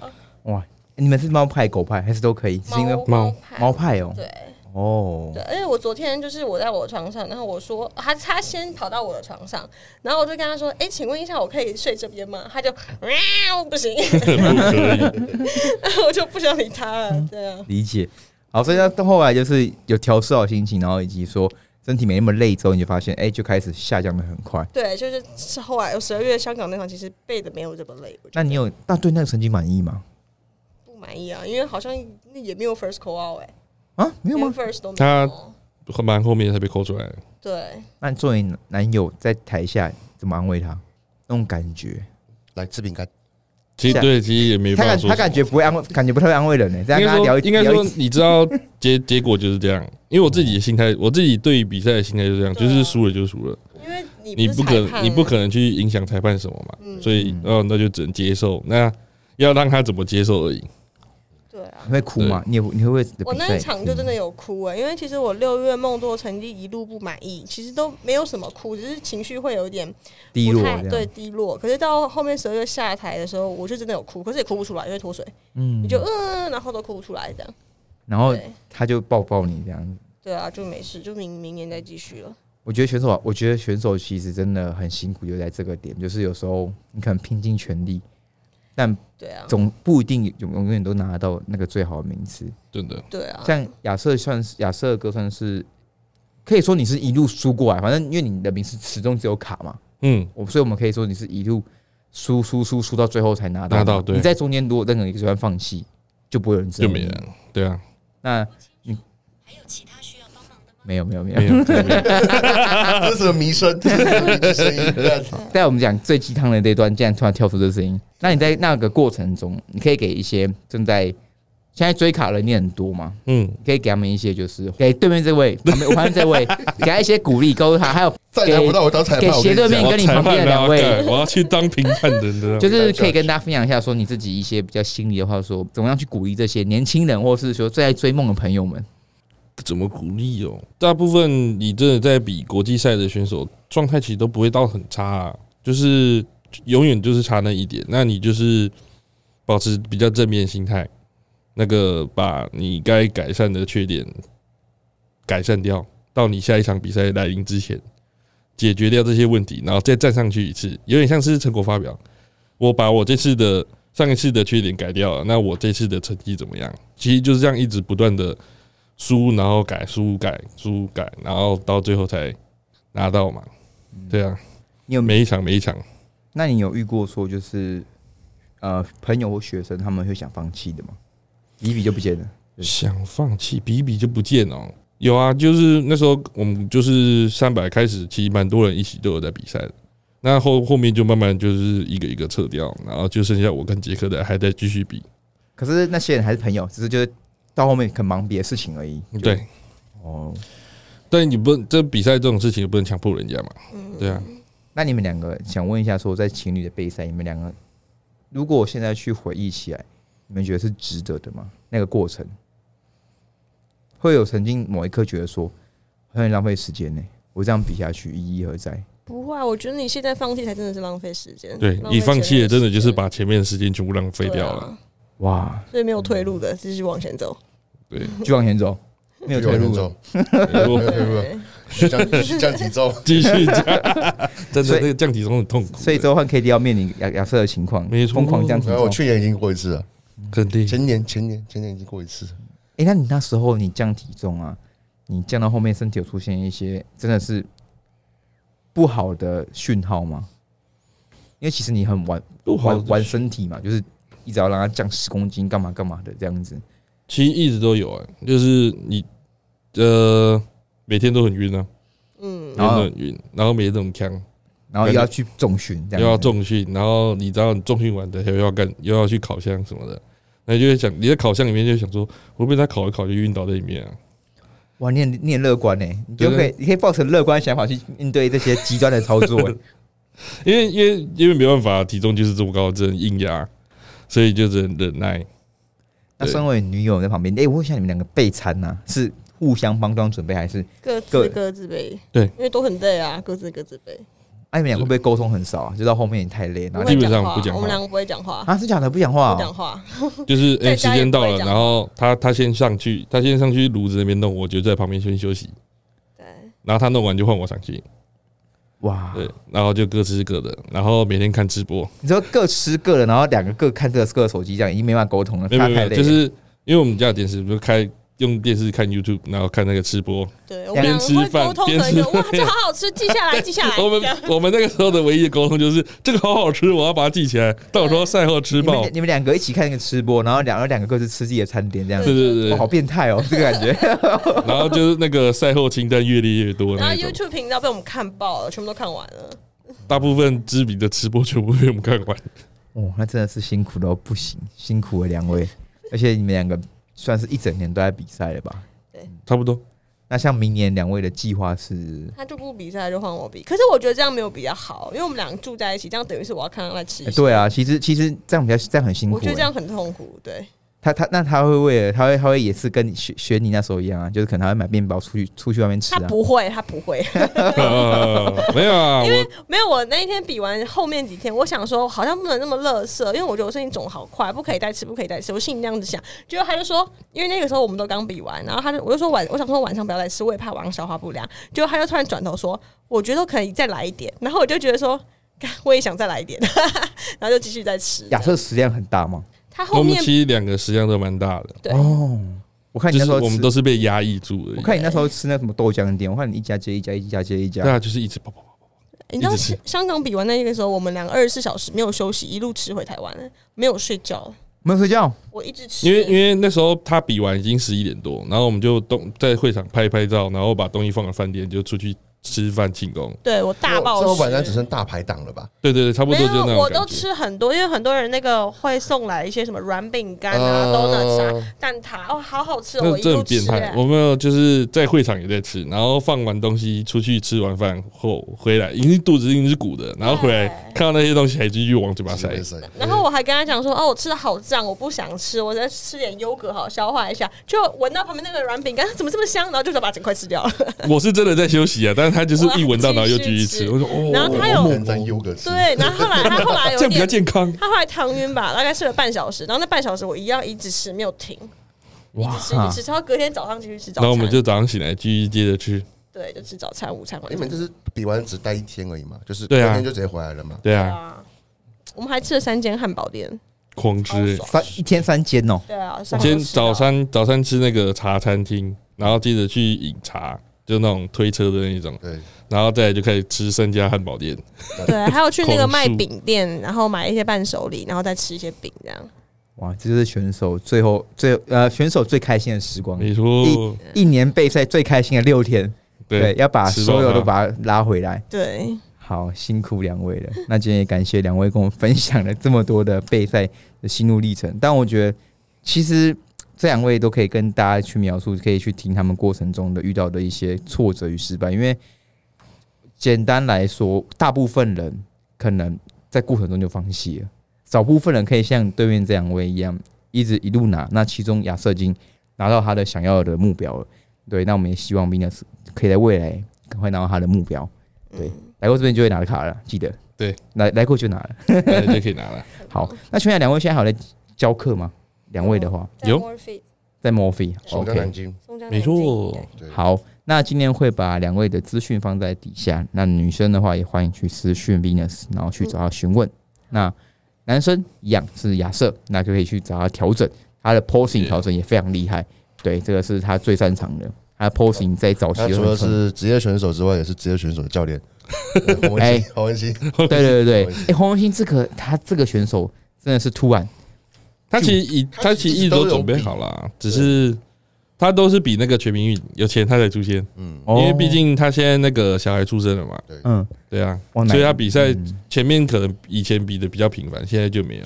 Speaker 1: 哇，你们是猫派、狗派还是都可以？只是因为
Speaker 3: 猫
Speaker 4: 派
Speaker 1: 猫派哦、
Speaker 4: 对
Speaker 1: 哦
Speaker 4: 对，，而且我昨天就是我在我的床上，然后我说他他先跑到我的床上，然后我就跟他说：“哎、请问一下，我可以睡这边吗？”他就喵，不行， 然后我就不想理他了。对啊，
Speaker 1: 理解。好，所以到后来就是有调试好心情，然后以及说身体没那么累之后，你就发现哎、就开始下降的很快。
Speaker 4: 对，就是是后来我十二月香港那场，其实背的没有这么累，我觉
Speaker 1: 那
Speaker 4: 得
Speaker 1: 你有那对那个成绩满意吗？
Speaker 4: 不满意啊，因为好像那也没有 first call out 哎、
Speaker 1: 啊，没有
Speaker 4: 连
Speaker 1: 吗？
Speaker 4: first 都没
Speaker 3: 他
Speaker 4: 有。
Speaker 3: 蛮后面才被抠出来。
Speaker 4: 对，
Speaker 1: 那作为男友在台下怎么安慰他？那种感觉，
Speaker 2: 来吃饼干，
Speaker 3: 其实
Speaker 1: 是啊
Speaker 3: 对，其实也没
Speaker 1: 他
Speaker 3: 办法
Speaker 1: 感
Speaker 3: 说什么。
Speaker 1: 他感觉不会安慰，感觉不太会安慰人呢、欸。这样
Speaker 3: 应
Speaker 1: 跟他
Speaker 3: 该
Speaker 1: 聊
Speaker 3: 说，
Speaker 1: 一，
Speaker 3: 应该
Speaker 1: 聊一
Speaker 3: 说，你知道结 结果就是这样。因为我自己的心
Speaker 1: 嗯
Speaker 3: 态，我自己对于比赛的心态就是这样，
Speaker 4: 对啊
Speaker 3: 就是输了就输了，
Speaker 4: 因为你
Speaker 3: 你
Speaker 4: 不是
Speaker 3: 不可
Speaker 4: 裁判
Speaker 3: 你不可能去影响裁判什么嘛，
Speaker 4: 嗯
Speaker 3: 所以
Speaker 1: 嗯
Speaker 3: 哦，那就只能接受。那要让他怎么接受而已。
Speaker 4: 对啊。
Speaker 1: 你会哭吗？你也不你会不会
Speaker 4: 我那一场就真的有哭哎、因为其实我六月梦多成绩一路不满意，其实都没有什么哭，只是情绪会有一点
Speaker 1: 低
Speaker 4: 不
Speaker 1: 落
Speaker 4: 太
Speaker 1: 这样，
Speaker 4: 对，低落。可是到后面十二月下台的时候，我就真的有哭，可是也哭不出来，因为脱水，
Speaker 1: 嗯
Speaker 4: 你就嗯，然后都哭不出来这样。
Speaker 1: 然后
Speaker 4: 对
Speaker 1: 他就抱抱你这样子。
Speaker 4: 对啊，就没事，就明明年再继续了。
Speaker 1: 我觉得选手啊，我觉得选手其实真的很辛苦，就在这个点，就是有时候你可能拼尽全力，但
Speaker 4: 对啊，
Speaker 1: 总不一定永永远都拿得到那个最好的名次。
Speaker 3: 真的，
Speaker 4: 对啊，
Speaker 1: 像亚瑟算是亚瑟哥算是，可以说你是一路输过来，反正因为你的名次始终只有卡嘛，
Speaker 3: 嗯，
Speaker 1: 我所以我们可以说你是一路输输输输到最后才拿到嘛。
Speaker 3: 拿到对
Speaker 1: 你在中间如果任何一个球员放弃，就不会有人知道
Speaker 3: 就
Speaker 1: 你。
Speaker 3: 没了。对啊，
Speaker 1: 那你还有其他需要帮忙的吗？没有没有没有
Speaker 3: 没。有，真的没有
Speaker 2: 这是什么迷声？ 这是什么迷声 音？
Speaker 1: 在我们讲最鸡汤的这一段，竟然突然跳出这声音。那你在那个过程中，你可以给一些正在现在追卡的人，你很多吗？
Speaker 3: 嗯，
Speaker 1: 你可以给他们一些，就是给对面这位、旁边我旁边这 位，给他一些鼓励，告诉他，还有
Speaker 2: 再来不到我当裁判，
Speaker 1: 给
Speaker 2: 我跟
Speaker 1: 斜对
Speaker 2: 你
Speaker 1: 面
Speaker 2: 讲，
Speaker 1: 跟你旁边的两
Speaker 3: 我
Speaker 1: 位，
Speaker 3: 要裁判啊干我要去当评判的，你知道吗？
Speaker 1: 就是可以跟大家分享一下，说你自己一些比较心里的话，说怎么样去鼓励这些年轻人，或是说正在追梦的朋友们。
Speaker 3: 怎么鼓励哦？大部分你真的在比国际赛的选手，状态其实都不会到很差、啊，就是永远就是差那一点。那你就是保持比较正面心态，那个把你该改善的缺点改善掉，到你下一场比赛来临之前，解决掉这些问题，然后再站上去一次，有点像是成果发表。我把我这次的上一次的缺点改掉了，那我这次的成绩怎么样？其实就是这样一直不断的输，然后改输改输改，然后到最后才拿到嘛。对啊，
Speaker 1: 你有没？
Speaker 3: 每一场每一场，
Speaker 1: 那你有遇过说就是呃朋友或学生他们会想放弃的吗？一比就不见了。对
Speaker 3: 想放弃比一比就不见哦。有啊，就是那时候我们就是三百开始，其实蛮多人一起都有在比赛的。那后后面就慢慢就是一个一个撤掉，然后就剩下我跟杰克的还在继续比。
Speaker 1: 可是那些人还是朋友，只是就是到后面很忙别的事情而已。就
Speaker 3: 对，
Speaker 1: 哦，
Speaker 3: 但你不能这比赛这种事情也不能强迫人家嘛。对啊，
Speaker 1: 那你们两个想问一下，说在情侣的备赛，你们两个如果现在去回忆起来，你们觉得是值得的吗？那个过程会有曾经某一刻觉得说很浪费时间呢、我这样比下去意义何在？
Speaker 4: 不会、啊，我觉得你现在放弃才真的是浪费时间。
Speaker 3: 对
Speaker 4: 浪费
Speaker 3: 你放弃了，
Speaker 4: 前
Speaker 3: 真的
Speaker 4: 面时间
Speaker 3: 就是把前面的时间全部浪费
Speaker 4: 对
Speaker 3: 掉了。嗯
Speaker 4: 啊，
Speaker 1: 哇，
Speaker 4: 所以没有退路的，继续往前走。
Speaker 3: 对，
Speaker 1: 就往前走，没有退路了。
Speaker 2: 走，
Speaker 3: 我
Speaker 2: 退路了
Speaker 4: 对
Speaker 2: 徐江徐江几周，
Speaker 3: 继续降， 真
Speaker 1: 所
Speaker 3: 的
Speaker 1: 以
Speaker 3: 那个降体重很痛苦，
Speaker 1: 所以周换 KD 要面临亚亚瑟的情况，
Speaker 3: 没错
Speaker 1: 疯狂降体
Speaker 2: 然后
Speaker 1: 重
Speaker 2: 我。去年已经过一次了，
Speaker 3: 肯定
Speaker 2: 前年前年前年已经过一次了，
Speaker 1: 哎、那你那时候你降体重啊，你降到后面身体有出现一些真的是不好的讯号吗？因为其实你很玩
Speaker 3: 不好
Speaker 1: 玩玩身体嘛，就是一直要让它降十公斤，干嘛干嘛的这样子。
Speaker 3: 其实一直都有啊、就是你呃每天都很晕啊，
Speaker 4: 嗯，
Speaker 1: 哦
Speaker 3: 每天都很晕，然后每天都很呛，
Speaker 1: 然后又要去重训，这样
Speaker 3: 又要
Speaker 1: 子
Speaker 3: 重训，然后你知道你重训完的又要干又要去烤箱什么的，那你就会想你在烤箱里面就想说，会不会他烤一烤就晕倒在里面啊？
Speaker 1: 哇，你很你很乐观呢、欸你就
Speaker 3: 对
Speaker 1: 可以你可以抱着乐观想法去面对这些极端的操作、欸。
Speaker 3: 因为因为因为没办法，体重就是这么高，只能硬压，所以就只能忍耐。
Speaker 1: 那身为女友在旁边，哎、我问一下你们两个备餐呐、啊是互相帮装准备，还是
Speaker 4: 各
Speaker 1: 各
Speaker 4: 自各自背。
Speaker 3: 对
Speaker 4: 因为都很累啊，各自各自背。
Speaker 1: 哎、你们俩会不会沟通很少啊？就到后面你太累，然
Speaker 4: 不
Speaker 1: 后
Speaker 4: 会
Speaker 3: 基本上
Speaker 4: 讲话
Speaker 3: 不讲话
Speaker 4: 我们两个不会讲话，
Speaker 1: 啊是假的不讲话、
Speaker 4: 不
Speaker 1: 哦
Speaker 4: 讲，话。
Speaker 3: 就是哎、
Speaker 4: 在
Speaker 3: 时
Speaker 4: 家也
Speaker 3: 间到
Speaker 4: 不会
Speaker 3: 了，
Speaker 4: 讲
Speaker 3: 然后他他先上去，他先上去炉子那边弄，我就在旁边先休息。
Speaker 4: 对，
Speaker 3: 然后他弄完就换我上去，
Speaker 1: 哇，
Speaker 3: 对，然后就各吃各的，然后每天看直播，
Speaker 1: 你说各吃各的，然后两个各看各各手机，这样已经没办法沟通了，
Speaker 3: 没
Speaker 1: 怕
Speaker 3: 有没
Speaker 1: 太
Speaker 3: 有，
Speaker 1: 累了。
Speaker 3: 就是因为我们家的电视不是开用电视看 YouTube，然后看那个吃播。
Speaker 4: 对，我
Speaker 1: 边
Speaker 4: 们两个
Speaker 3: 吃
Speaker 4: 会沟
Speaker 3: 饭
Speaker 4: 通，
Speaker 3: 边
Speaker 4: 可能
Speaker 3: 吃
Speaker 4: 就哇，这好好 吃，记下来，记下来。
Speaker 3: 我们
Speaker 4: 这样
Speaker 3: 我们那个时候的唯一的沟通就是这个好好吃，我要把它记起来，到时候赛后吃
Speaker 1: 你
Speaker 3: 爆
Speaker 1: 们。你们两个一起看那个吃播，然后两个两个各自吃自己的餐点，这样
Speaker 3: 对
Speaker 1: 子，
Speaker 3: 对
Speaker 1: 哇好
Speaker 3: 对，
Speaker 1: 变态哦，这个感觉。
Speaker 3: 然后就是那个赛后清单越列越多
Speaker 4: 然
Speaker 3: 那
Speaker 4: 后
Speaker 3: 一种，
Speaker 4: YouTube 频道被我们看爆了，全部都看完了。
Speaker 3: 大部分知名的吃播全部被我们看完。
Speaker 1: 哦，那真的是辛苦到不行，辛苦了两位，而且你们两个算是一整年都在比赛了吧？
Speaker 3: 差 不多，
Speaker 1: 那像明年两位的计划是，
Speaker 4: 他就不比赛，就换我比。可是我觉得这样没有比较好，因为我们两个住在一起，这样等于是我要看他在吃
Speaker 1: 哎。对啊，其实其实这样比较这样很辛苦、
Speaker 4: 我觉得这
Speaker 1: 哎
Speaker 4: 样很痛苦。对，
Speaker 1: 他他那他会为了他会他会也是跟你学学你那时候一样啊，就是可能他会买面包出去出去外面吃
Speaker 4: 他
Speaker 1: 啊。
Speaker 4: 不会，他不会。
Speaker 3: 呃没有啊，我
Speaker 4: 没有，我那一天比完后面几天，我想说好像不能那么乐色，因为我觉得我最近肿好快，不可以再吃，不可以再吃。我心里那样子想，结果他就说，因为那个时候我们都刚比完，然后他就我就说晚，我想说晚上不要再吃，我也怕晚上消化不良。结果他就突然转头说，我觉得可以再来一点，然后我就觉得说。干我也想再来一点， 然后就继续再吃。
Speaker 1: 亚瑟食量很大吗？
Speaker 4: 他后
Speaker 3: 我们
Speaker 4: 面
Speaker 3: 其实两个食量都蛮大的，
Speaker 4: 对，
Speaker 1: 哦，我看你那
Speaker 3: 就是
Speaker 1: 时候
Speaker 3: 我们都
Speaker 1: 吃，
Speaker 3: 是被压抑住而
Speaker 1: 我
Speaker 3: 已。
Speaker 1: 看你那时候吃那什么豆浆店，我看你一家接一家，一家接一家
Speaker 3: 对。啊，就是一直跑跑跑。
Speaker 4: 你知道
Speaker 3: 一直吃
Speaker 4: 香香港比完那个时候，我们两个二十四小时没有休息，一路吃回台湾，没有睡觉，
Speaker 1: 没有睡觉，
Speaker 4: 我一直吃。
Speaker 3: 因为因为那时候他比完已经十一点多，然后我们就东在会场拍拍照，然后把东西放在饭店，就出去吃饭庆功。
Speaker 4: 对我大爆
Speaker 2: 这
Speaker 4: 吃，
Speaker 2: 么晚上只剩大排档了吧？
Speaker 3: 对对对，差不多
Speaker 4: 没
Speaker 3: 就是那
Speaker 4: 有，
Speaker 3: 种
Speaker 4: 我
Speaker 3: 感
Speaker 4: 都
Speaker 3: 觉。
Speaker 4: 吃很多，因为很多人那个会送来一些什么软饼干啊、
Speaker 2: 啊
Speaker 4: donuts 啊、蛋挞，哦，好好吃哦，
Speaker 3: 那
Speaker 4: 我一
Speaker 3: 这
Speaker 4: 路
Speaker 3: 很变
Speaker 4: 吃、
Speaker 3: 态
Speaker 4: 欸，。
Speaker 3: 我们有就是在会场也在吃，然后放完东西出去吃完饭后回来，已经肚子已经是鼓的，然后回来
Speaker 4: 对
Speaker 3: 看到那些东西还继续往嘴巴塞。
Speaker 2: 是
Speaker 4: 然后我还跟他讲说，哦，我吃的好胀，我不想吃，我再吃点优格好消化一下。就闻到旁边那个软饼干怎么这么香，然后就想把它整块 吃掉了。
Speaker 3: 我是真的在休息啊，但是他就是一闻到然后又继续吃，我说哦，
Speaker 4: 然后他
Speaker 2: 我
Speaker 4: 有
Speaker 2: 们在优格吃，
Speaker 4: 对，然后后来他后来
Speaker 3: 这
Speaker 4: 有
Speaker 3: 样比较
Speaker 4: 点
Speaker 3: 健康。
Speaker 4: 他后来躺晕吧，大概睡了半小时，然后那半小时我一样一直吃，没有停，一直吃一直吃，然后隔天早上继续吃早餐。
Speaker 3: 然后我们就早上醒来继续接着吃。
Speaker 4: 对，就吃早餐、午餐、晚
Speaker 2: 你
Speaker 3: 哎
Speaker 4: 餐。
Speaker 2: 们就是比完只待一天而已嘛，就是
Speaker 3: 对啊
Speaker 2: 隔天就直接回来了嘛。
Speaker 3: 对
Speaker 4: 对
Speaker 3: 啊，
Speaker 4: 啊，我们还吃了三间汉堡店。
Speaker 3: 狂吃、欸
Speaker 4: 超。爽
Speaker 1: 三一天三间哦。
Speaker 4: 对啊，
Speaker 3: 我
Speaker 4: 上
Speaker 3: 今天
Speaker 4: 班迟到
Speaker 3: 早餐早餐吃那个茶餐厅，然后接着去饮茶，就那种推车的那一种，
Speaker 2: 对，
Speaker 3: 然后再来就开始吃三家汉堡店。
Speaker 4: 对，还有去那个
Speaker 3: 控诉
Speaker 4: 卖饼店，然后买一些伴手礼，然后再吃一些饼这样。
Speaker 1: 哇，这就是选手最后最呃选手最开心的时光，
Speaker 3: 你说
Speaker 1: 一年备赛最开心的六天，对，
Speaker 3: 对，
Speaker 1: 要把
Speaker 3: 吃爆
Speaker 1: 所有都
Speaker 3: 它
Speaker 1: 把它拉回来。
Speaker 4: 对，
Speaker 1: 好，辛苦两位了。那今天也感谢两位跟我分享了这么多的备赛的心路历程。但我觉得，其实这两位都可以跟大家去描述，可以去听他们过程中的遇到的一些挫折与失败。因为简单来说，大部分人可能在过程中就放弃了，少部分人可以像对面这两位一样，一直一路拿。那其中亚瑟金拿到他的想要的目标了。对，那我们也希望 Venus 可以在未来赶快拿到他的目标。对，来过这边就会拿卡了，记得。
Speaker 3: 对，
Speaker 1: 来来过就拿了。
Speaker 3: 那就可以拿了。
Speaker 1: 好，那请问两位现在还有在教课吗？两位的话，
Speaker 3: 有
Speaker 1: 在 Morphy。
Speaker 2: 首
Speaker 1: OK，
Speaker 2: 钢哦南京，
Speaker 3: 没错，
Speaker 2: 对，
Speaker 1: 好，那今天会把两位的资讯放在底下。那女生的话，也欢迎去私讯 Venus，然后去找她询
Speaker 2: 嗯
Speaker 1: 问。那男生一样是亚瑟，那就可以去找他调整他的 posing 调整也非常厉害。对，这个是他最擅长的。他 posing 在早期
Speaker 2: 他
Speaker 1: 就
Speaker 2: 除
Speaker 1: 很
Speaker 2: 了
Speaker 1: 成
Speaker 2: 是职业选手之外，也是职业选手的教练。对黄
Speaker 1: 哎
Speaker 2: 文熙，黄文熙，
Speaker 1: 对对对
Speaker 2: 黄
Speaker 1: 对
Speaker 2: 文，
Speaker 1: 哎、黄文兴这个他这个选手真的是突然
Speaker 3: 他其实一他其实一直都准备好了，只是他都是比那个全民运有钱他才出现，
Speaker 2: 嗯，
Speaker 1: 哦
Speaker 3: 因为毕竟他现在那个小孩出生了嘛，
Speaker 1: 嗯，
Speaker 3: 对啊，
Speaker 1: 往哪
Speaker 3: 所以他比赛
Speaker 1: 嗯
Speaker 3: 前面可能以前比的比较频繁，现在就没有，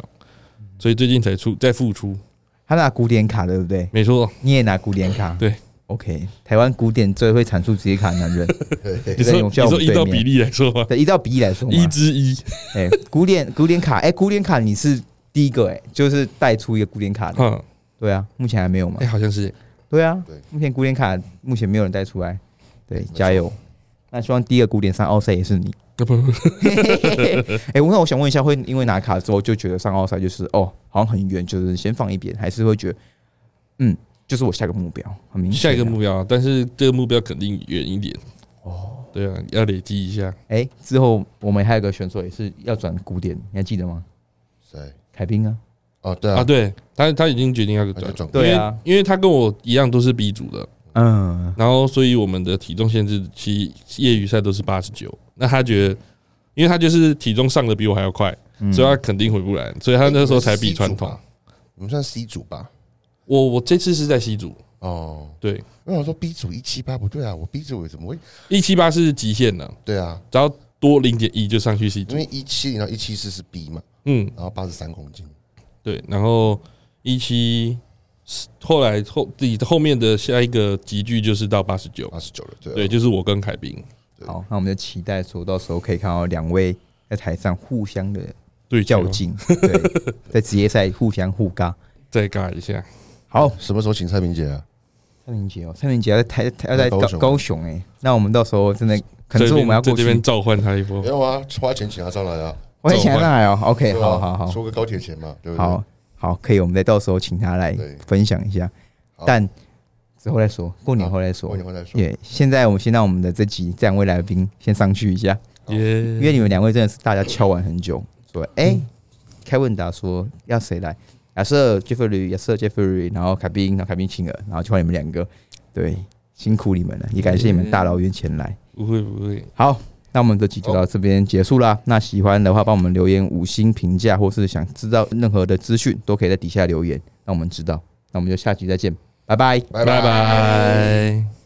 Speaker 1: 嗯
Speaker 3: 所以最近才出在复出，
Speaker 1: 他拿古典卡对不对？
Speaker 3: 没错，
Speaker 1: 你也拿古典卡？
Speaker 3: 对
Speaker 1: ，OK，台湾古典最会阐述职业卡的男人，
Speaker 3: 你
Speaker 1: 在
Speaker 3: 说你
Speaker 1: 我在我
Speaker 3: 说
Speaker 1: 们
Speaker 3: 依
Speaker 1: 对
Speaker 3: 照比
Speaker 1: 面。
Speaker 3: 例来说吗？
Speaker 1: 对，依照比例来说嘛
Speaker 3: 一，之一，
Speaker 1: 哎、古典古典卡，哎、古典卡你是第一个、哎，就是带出一个古典卡的，
Speaker 3: 哈，
Speaker 1: 对啊，目前还没有嘛
Speaker 3: 哎、，好像是
Speaker 1: 对啊
Speaker 2: 对，
Speaker 1: 目前古典卡目前没有人带出来，对，加油。那希望第一个古典上奥赛也是 你。
Speaker 3: 啊，不不，
Speaker 1: 哎、我那我想问一下，会因为拿卡之后就觉得上奥赛就是哦，好像很远，就是先放一边，还是会觉得，嗯，就是我下个目标，很明显
Speaker 3: 下一个
Speaker 1: 啊
Speaker 3: 目标，但是这个目标肯定远一点。哦，对啊，要累积一下。
Speaker 1: 哎、之后我们还有个选手也是要转古典，你还记得吗？
Speaker 2: 对，
Speaker 1: 凯宾啊，
Speaker 2: 哦，对
Speaker 3: 啊，
Speaker 2: 啊，
Speaker 3: 对他他已经决定要
Speaker 2: 他就
Speaker 3: 转，
Speaker 2: 转过来
Speaker 1: 对啊，
Speaker 3: 因为他跟我一样都是 B 组的，
Speaker 1: 嗯，
Speaker 3: 然后所以我们的体重限制其实业余赛都是八十九，那他觉得，因为他就是体重上的比我还要快，所以他肯定回不来，所以他那时候才比传统。
Speaker 2: 你们算 C 组吧？
Speaker 3: 我我这次是在西组，
Speaker 2: 哦，
Speaker 3: 对，
Speaker 2: 因为我说 B 组一七八不对啊，我 B 组我怎么会？
Speaker 3: 一七八是极限了，
Speaker 2: 对啊，
Speaker 3: 只要多零点一就上去西
Speaker 2: 因
Speaker 3: 组，
Speaker 2: 为一七零到一七四是 B 嘛，
Speaker 3: 嗯，
Speaker 2: 然后八十三公斤，
Speaker 3: 对，然后一七后来后自己后面的下一个集聚就是到八十九，
Speaker 2: 八十九了，对啊
Speaker 3: 对，就是我跟凯宾
Speaker 1: 好，那我们就期待说到时候可以看到两位在台上互相的
Speaker 3: 对
Speaker 1: 较，劲，对，在职业赛互相互尬。
Speaker 3: 再尬一下，
Speaker 1: 好，
Speaker 2: 什么时候请蔡明姐啊？
Speaker 1: 蔡明杰哦，蔡明杰要在台要在
Speaker 2: 在高
Speaker 1: 高
Speaker 2: 雄
Speaker 1: 高雄哎、那我们到时候真的可能是我们要
Speaker 3: 在
Speaker 1: 过
Speaker 3: 这边
Speaker 1: 去，
Speaker 3: 召唤他一
Speaker 2: 没
Speaker 3: 波，
Speaker 2: 有啊，花钱请她上来啊，
Speaker 1: 我先请他上来哦。OK，
Speaker 2: 对吧
Speaker 1: 好好好
Speaker 2: 出个高铁钱嘛，对不对？
Speaker 1: 好好，可以，我们再到时候请他来
Speaker 2: 对
Speaker 1: 分享一下，
Speaker 2: 好
Speaker 1: 但之后再说，过年
Speaker 2: 好
Speaker 1: 后再说
Speaker 2: 过。年后再说。
Speaker 1: 也、现在我们先让我们的这集这两位来宾先上去一下，
Speaker 2: 嗯
Speaker 1: 因
Speaker 3: 耶，
Speaker 1: 哦为你们两位真的是大家敲完很久，说哎、开问答说要谁来，亚瑟 Jeffrey，亚瑟 Jeffrey，然后凯宾，然后凯宾请了，然后就换你们两个，对，辛苦你们了，也感谢你
Speaker 2: 嗯
Speaker 1: 们大老远前来。
Speaker 3: 不会不会，
Speaker 1: 好，那我们这集就到这边结束啦。那喜欢的话，帮我们留言五星评价，或是想知道任何的资讯，都可以在底下留言，让我们知道。那我们就下集再见，拜拜。
Speaker 2: 拜拜。
Speaker 3: 拜